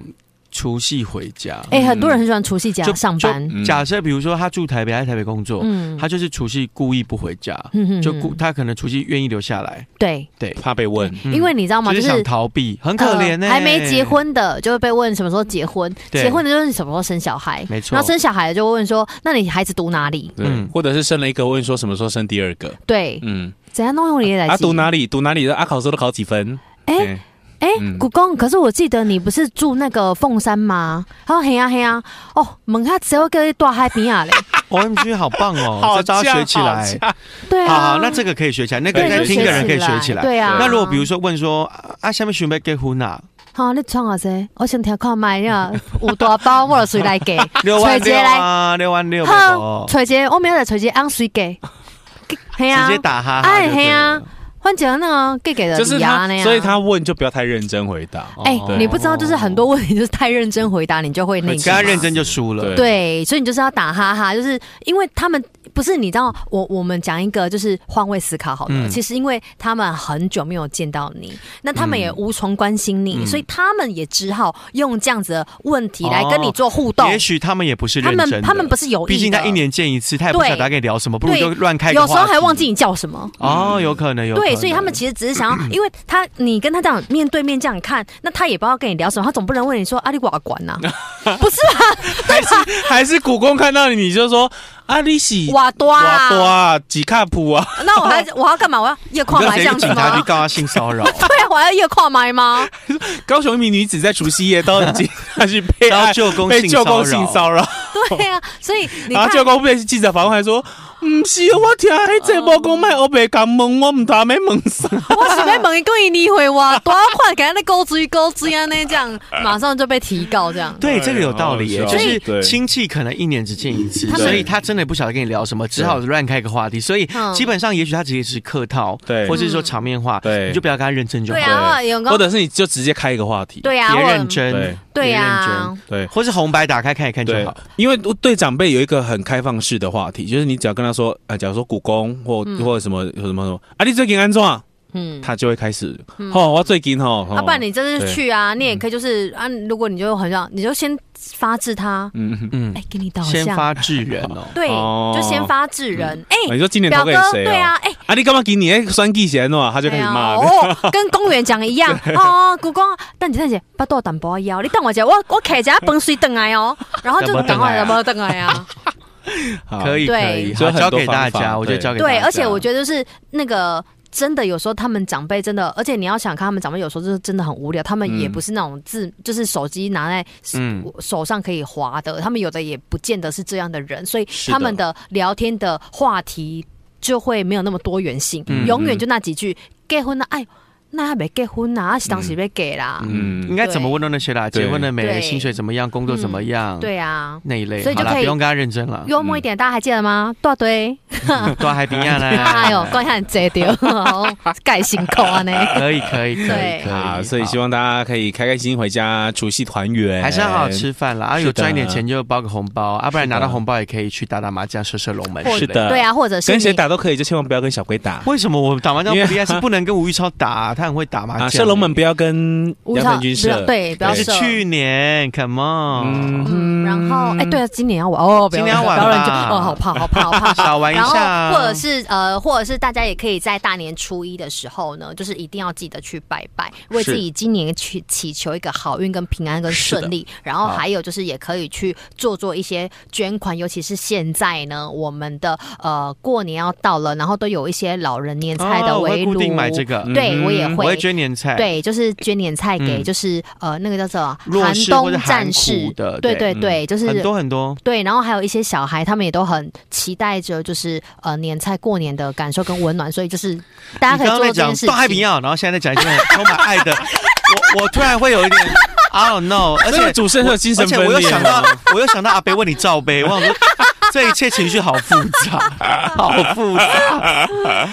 C: 除夕回家。
A: 哎、很多人很喜欢除夕假
C: 嗯就
A: 上班，
B: 嗯
C: 假设比如说他住台北，他在台北工作，
A: 嗯
C: 他就是除夕故意不回家，
A: 嗯哼
C: 就
A: 哼
C: 故他可能除夕愿意留下来，
A: 对，
B: 怕被问，
C: 嗯
A: 因为你知道吗？
C: 就是
A: 是
C: 想逃避，很可怜欸呢、
A: 呃还没结，婚的就会被问什么时候结婚，
C: 对
A: 结婚的就是你什么时候生小孩，
C: 没错
A: 然后生小孩的就会问说，那你孩子读哪里？
B: 对，
C: 嗯
B: 或者是生了一个问说什么时候生第二个，
A: 对，
B: 嗯，
A: 怎样弄用你也来
B: 啊
A: 记
B: 读哪里读哪里的啊考试都考几分？
A: 哎
B: 对
A: 哎、
B: 嗯
A: 古公，可是我记得你不是住那个凤山吗？他说嘿呀嘿呀，哦，门下只有个大海边 啊嘞。
C: O M G 好棒哦，
B: 好
C: 这招要
B: 呛
C: 学起
B: 好
C: 来。
A: 对
C: 好
A: 啊，
C: 好，那这个可以学起来，那个
A: 对
C: 在
A: 就
C: 听的人可以学起
A: 起
C: 来。
A: 对啊。
B: 对
C: 那如果比如说问说啊啊，下面准备结婚啊，
A: 好，你创下这，我想听看卖呀，有大包我就随来 给，
C: 六万
A: 找一
C: 六
A: 个
C: 啊，六万六，
A: 好，找
C: 直
A: 一个，我明仔找一个按谁给？嘿啊
C: 接，打哈哈。
A: 哎
C: 对不对
A: 嘿啊，换成那个给给的
B: 就是
A: 礼啊
B: 他
A: 那，样。
B: 所以他问就不要太认真回 答。
A: 哎
C: 哦，
A: 你不知道，就是很多问题就是太认真回答，你就会那个
C: 跟他认真就输了。
B: 对
A: 对，所以你就是要打哈哈，就是因为他们不是你知道，我我们讲一个就是换位思考好了。
C: 嗯
A: 其实因为他们很久没有见到你，那他们也无从关心你，
C: 嗯
A: 所以他们也只好用这样子的问题来跟你
C: 哦
A: 做互动。
C: 也许他们也不是
A: 他
C: 认真的，
A: 们他们不是有意的，
C: 毕竟他一年见一次，他也不
A: 对
C: 晓得他跟你聊什么，不如
A: 对
C: 就乱开个
A: 有时候
C: 话题
A: 还忘记你叫什么。
C: 哦，有可能有可能。
A: 对，所以他们其实只是 想要，因为他你跟他这样面对面这样看，那他也不知道跟你聊什么，他总不能问你说阿里瓦管 呐，不是啊，对吧？
B: 还是古公看到你，你就说啊你喜
A: 瓦多
B: 哇多
A: 啊，
B: 啊几卡普啊，
A: 那我还我要干嘛？我要夜
C: 你
A: 跨
C: 知道
A: 埋这
C: 谁去
A: 样子
C: 警察
A: 吗
C: 去？告他性骚 扰，
A: 对啊，我还要夜跨埋 吗？
B: 高雄一名女子在除夕夜到警察去 被
C: 然后
B: 爱
C: 舅公
B: 被
C: 性
B: 舅公
C: 骚
B: 性
C: 扰，
B: 骚扰，
A: 对啊，所以你
B: 然
A: 看
B: 后，舅公被记者访问还说：“唔是，我听迄节目讲卖黑白讲问，我唔知咩问啥。
A: 我准备猛一个一回哇，多快给他那勾追勾追啊，那这样马上就被提告这样。
C: 对，这个有道理耶，
B: 哎好
C: 就
B: 好
A: 笑
C: 是
B: 对
C: 亲戚可能一年只见一次，
A: 他
B: 们
C: 所以他真的不晓得跟你聊什么，只好乱开个话题。所以
A: 嗯
C: 基本上，也许他直接是客套，
B: 对
C: 或是说场面话，
B: 对
C: 你就不要跟他认真就好
A: 对，啊，有”
B: 或
A: 个
B: 者是你就直接开一个话题，
A: 对啊，
C: 别
A: 我
C: 认真
B: 对，
A: 对
C: 别认
A: 啊
C: 真，
B: 对
C: 或是红白打开看一看就
B: 对
C: 好。，
B: 因为对长辈有一个很开放式的话题，就是你只要跟他说，呃，假如说古公或或者什么什么什么，啊，你最近安怎样？
A: 嗯。
B: 他就会开始，哦，我最近哦，
A: 啊，不然
B: 你
A: 你这次
B: 对
A: 去啊，你也可以就是啊，如果你就很想，你就先发制他，
B: 嗯，
C: 嗯
A: 哎，，给你导
C: 先
A: 向，
C: 发制人 哦。嗯
A: 对，
B: 哦
A: 就先发制人，哎，
B: 啊你说今年
A: 表
B: 投给
A: 哥，
B: 谁？
A: 对啊，，哎，
B: 啊，你干嘛给你那酸记钱喏？他就开始骂
A: 哎呀，哦，跟公园讲的一 样哦。古公，等一下等一下，巴肚淡薄仔枵，你等我一下，我我揢一下崩水等来哦，然后就赶快
C: 要
A: 要不
C: 不
A: 要等来啊？
B: 好
C: 可以
A: 对
C: 可以，
B: 所
C: 好
B: 以很
C: 交
B: 多
C: 给大
B: 方法
C: 家，我觉得
B: 对
C: 交给大家。
A: 对，而且我觉得就是那个。真的，有时候他们长辈真的，而且你要想看他们长辈，有时候就是真的很无聊，他们也
B: 嗯
A: 不是那种自，就是手机拿在
C: 嗯
A: 手上可以滑的，他们有的也不见得是这样的人，所以
B: 是的
A: 他们的聊天的话题就会没有那么多元性，
C: 嗯
A: 永远就那几句。结婚了，哎，那还没结婚呐、啊，是当时没给啦。
C: 嗯，应该怎么问都那些啦，
B: 对
C: 结婚了没，
A: 对
C: 薪水怎么样，工作怎么样，
A: 对啊，
C: 那一类，
A: 所以就
C: 好啦，
A: 可
C: 不
A: 以
C: 用跟他认真 了，
A: 幽默一点，大家还记得吗？大 堆，，
C: 多海平亚呢
A: 哎呦，光看这丢，哦盖辛苦啊呢。
C: 可以可以可以
A: 对
C: 可以，
B: 啊，所以希
C: 望
B: 望大家可以开开心心回家，除夕团圆，
C: 还是要好好吃饭啦，啊，
B: 哎是的
C: 有赚一点钱就包个红包，啊，不然
B: 是的
C: 拿到红包也可以去打打麻将、射射龙门，
B: 是。的，
A: 对，啊，或者是
B: 跟谁
A: 你
B: 打都可以，就千万不要跟小龟打
C: 为什么我打麻将
B: 因为
C: 不厉害？是不能跟吴玉超打，他很会打麻
B: 啊，
C: 将。
B: 射龙门不要跟
A: 吴
B: 杨
A: 超
B: 成军
A: 不要
B: 射，
A: 对不要
C: 那
A: 要
C: 是
A: 射
C: 去年，Come on，
A: 嗯，然后哎，对啊，今年要玩哦，不要
C: 今年要玩
A: 不要乱
C: 吧
A: 讲哦，好怕，好怕，好怕。
C: 少 玩一
A: 然后
C: 下，
A: 或者是呃，或者是大家也可以在大年初一的时候呢，就是一定要记得去拜拜，为
B: 是
A: 自己今年去祈求一个好运、跟平安、跟
B: 是的
A: 顺利。然后
C: 好
A: 还有就是也可以去做做一些捐款，尤其是现在呢，我们的呃过年要到了，然后都有一些老人年菜
C: 哦
A: 的
C: 我会
A: 围
C: 固
A: 炉，
C: 定买这个
A: 对我也
B: 嗯
C: 我会
A: 会。
C: 捐年菜，，
A: 对，就是捐年菜给，
C: 嗯
A: 就是、呃，那个叫做
C: 弱
A: 寒
C: 势或
A: 冬
C: 者寒
A: 战
C: 苦
A: 士
C: 的
A: 对
C: 对嗯
A: 对对，就是
C: 很多很多。
A: 对，然后还有一些小孩，他们也都很期待着，就是呃年菜过年的感受跟温暖，所以就是大家可以
C: 你刚
A: 做
C: 刚在
A: 这件
C: 讲
A: 事
C: 大海平
A: 情。
C: 要，然后现在在讲一些很充满爱的，我我突然会有一点 I don't know，而
B: 而且
C: 且
B: 主持啊人是有精
C: 而
B: 神
C: 且
B: 分
C: 我
B: 裂，
C: 又想到，我又想到阿北问你罩杯，我想说啊这一切情绪好复 杂，好复杂。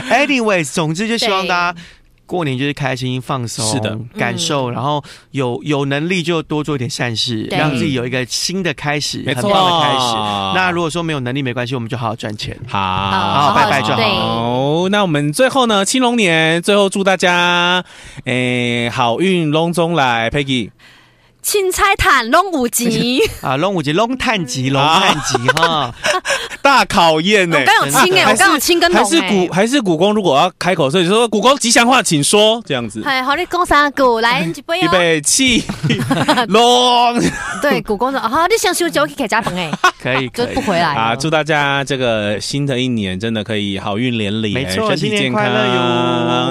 C: Anyways，总之就希望
A: 对
C: 大家。过年就是开心放松，
B: 是的，
C: 感
A: 嗯
C: 受，然后有有能力就多做一点善事，
A: 对
C: 让自己有一个新的开始，
B: 没
C: 很
B: 错，
C: 棒的开始。那如
B: 果
C: 果说没有能力没关系，我们就好好赚钱。
B: 好，
A: 好
C: 好拜拜就好对
B: 好，那我们最后呢，青龙年，最后祝大家，诶，好运隆中来，Peggy，
A: 钦差坦拢五 级，
C: 啊，龙五级，龙探级，龙探级哈，
B: 大考验呢
A: 我刚有亲哎、
B: 还
A: 我
B: 是
A: 刚有亲跟
B: 还
A: 龙
B: 是
A: 哎
B: 古、还是古公，如果要开口，所以说古公吉祥话，请说，这样子，
A: 哎，好，你讲三句，来，你一 杯
B: 预
A: 哦。
B: 备起，隆。
A: 对，古公说，好，你想休酒去客家本 哎，
C: 可以，
A: 就
C: 可以
A: 不回来了
B: 啊，祝大家这个新的一年真的可以好运连连，
C: 没错
B: 身体
C: 新年
B: 健
C: 快乐
B: 康
C: 哟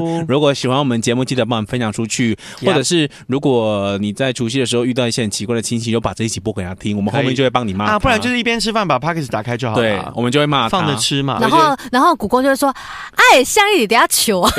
C: 嗯
B: 如果喜欢我们节目，记得帮我们分享出去，
C: Yeah
B: 或者是如果你在除夕的时候遇到一些很奇怪的亲戚，就把这一集播给他听，我们
C: 可以
B: 后面就会帮你骂
C: 啊，不然就是是一边吃饭把 p a c k e t 打开就好
B: 对，
C: 了
B: 我，们就会骂他
C: 放着。吃嘛
A: 然。后然后古公就会说，哎，香丽你等下求啊，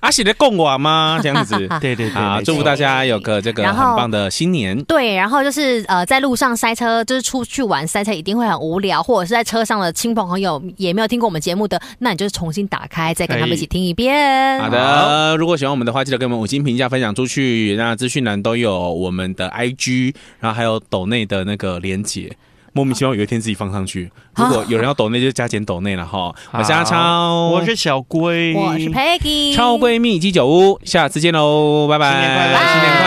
B: 阿喜的供我吗？这样 子
C: 对对对，
B: 啊，
C: 没错
B: 祝福大家有个这个
A: 然
B: 很
A: 后
B: 棒的新年。
A: 对，然后就是呃，在路上塞车，就是出去玩塞车一定会很无聊，或者是在车上的亲朋好友也没有听过我们节目的，那你就是重新打开，再跟他们一起听一遍。
B: 好的，如果喜欢我们的话，记得给我们五星评价，分享出去。那资讯栏都有我们的 IG，然后还有抖内的那个连接。莫名其妙有一天自己放上去，如果有人要抖内就加减抖内了哈。我是阿超，
C: 我是小龟，
A: 我是 Peggy，
B: 超闺蜜鸡酒屋，下次见喽，拜拜，
C: 新年快乐
A: 拜
C: 新年快乐
B: 嗯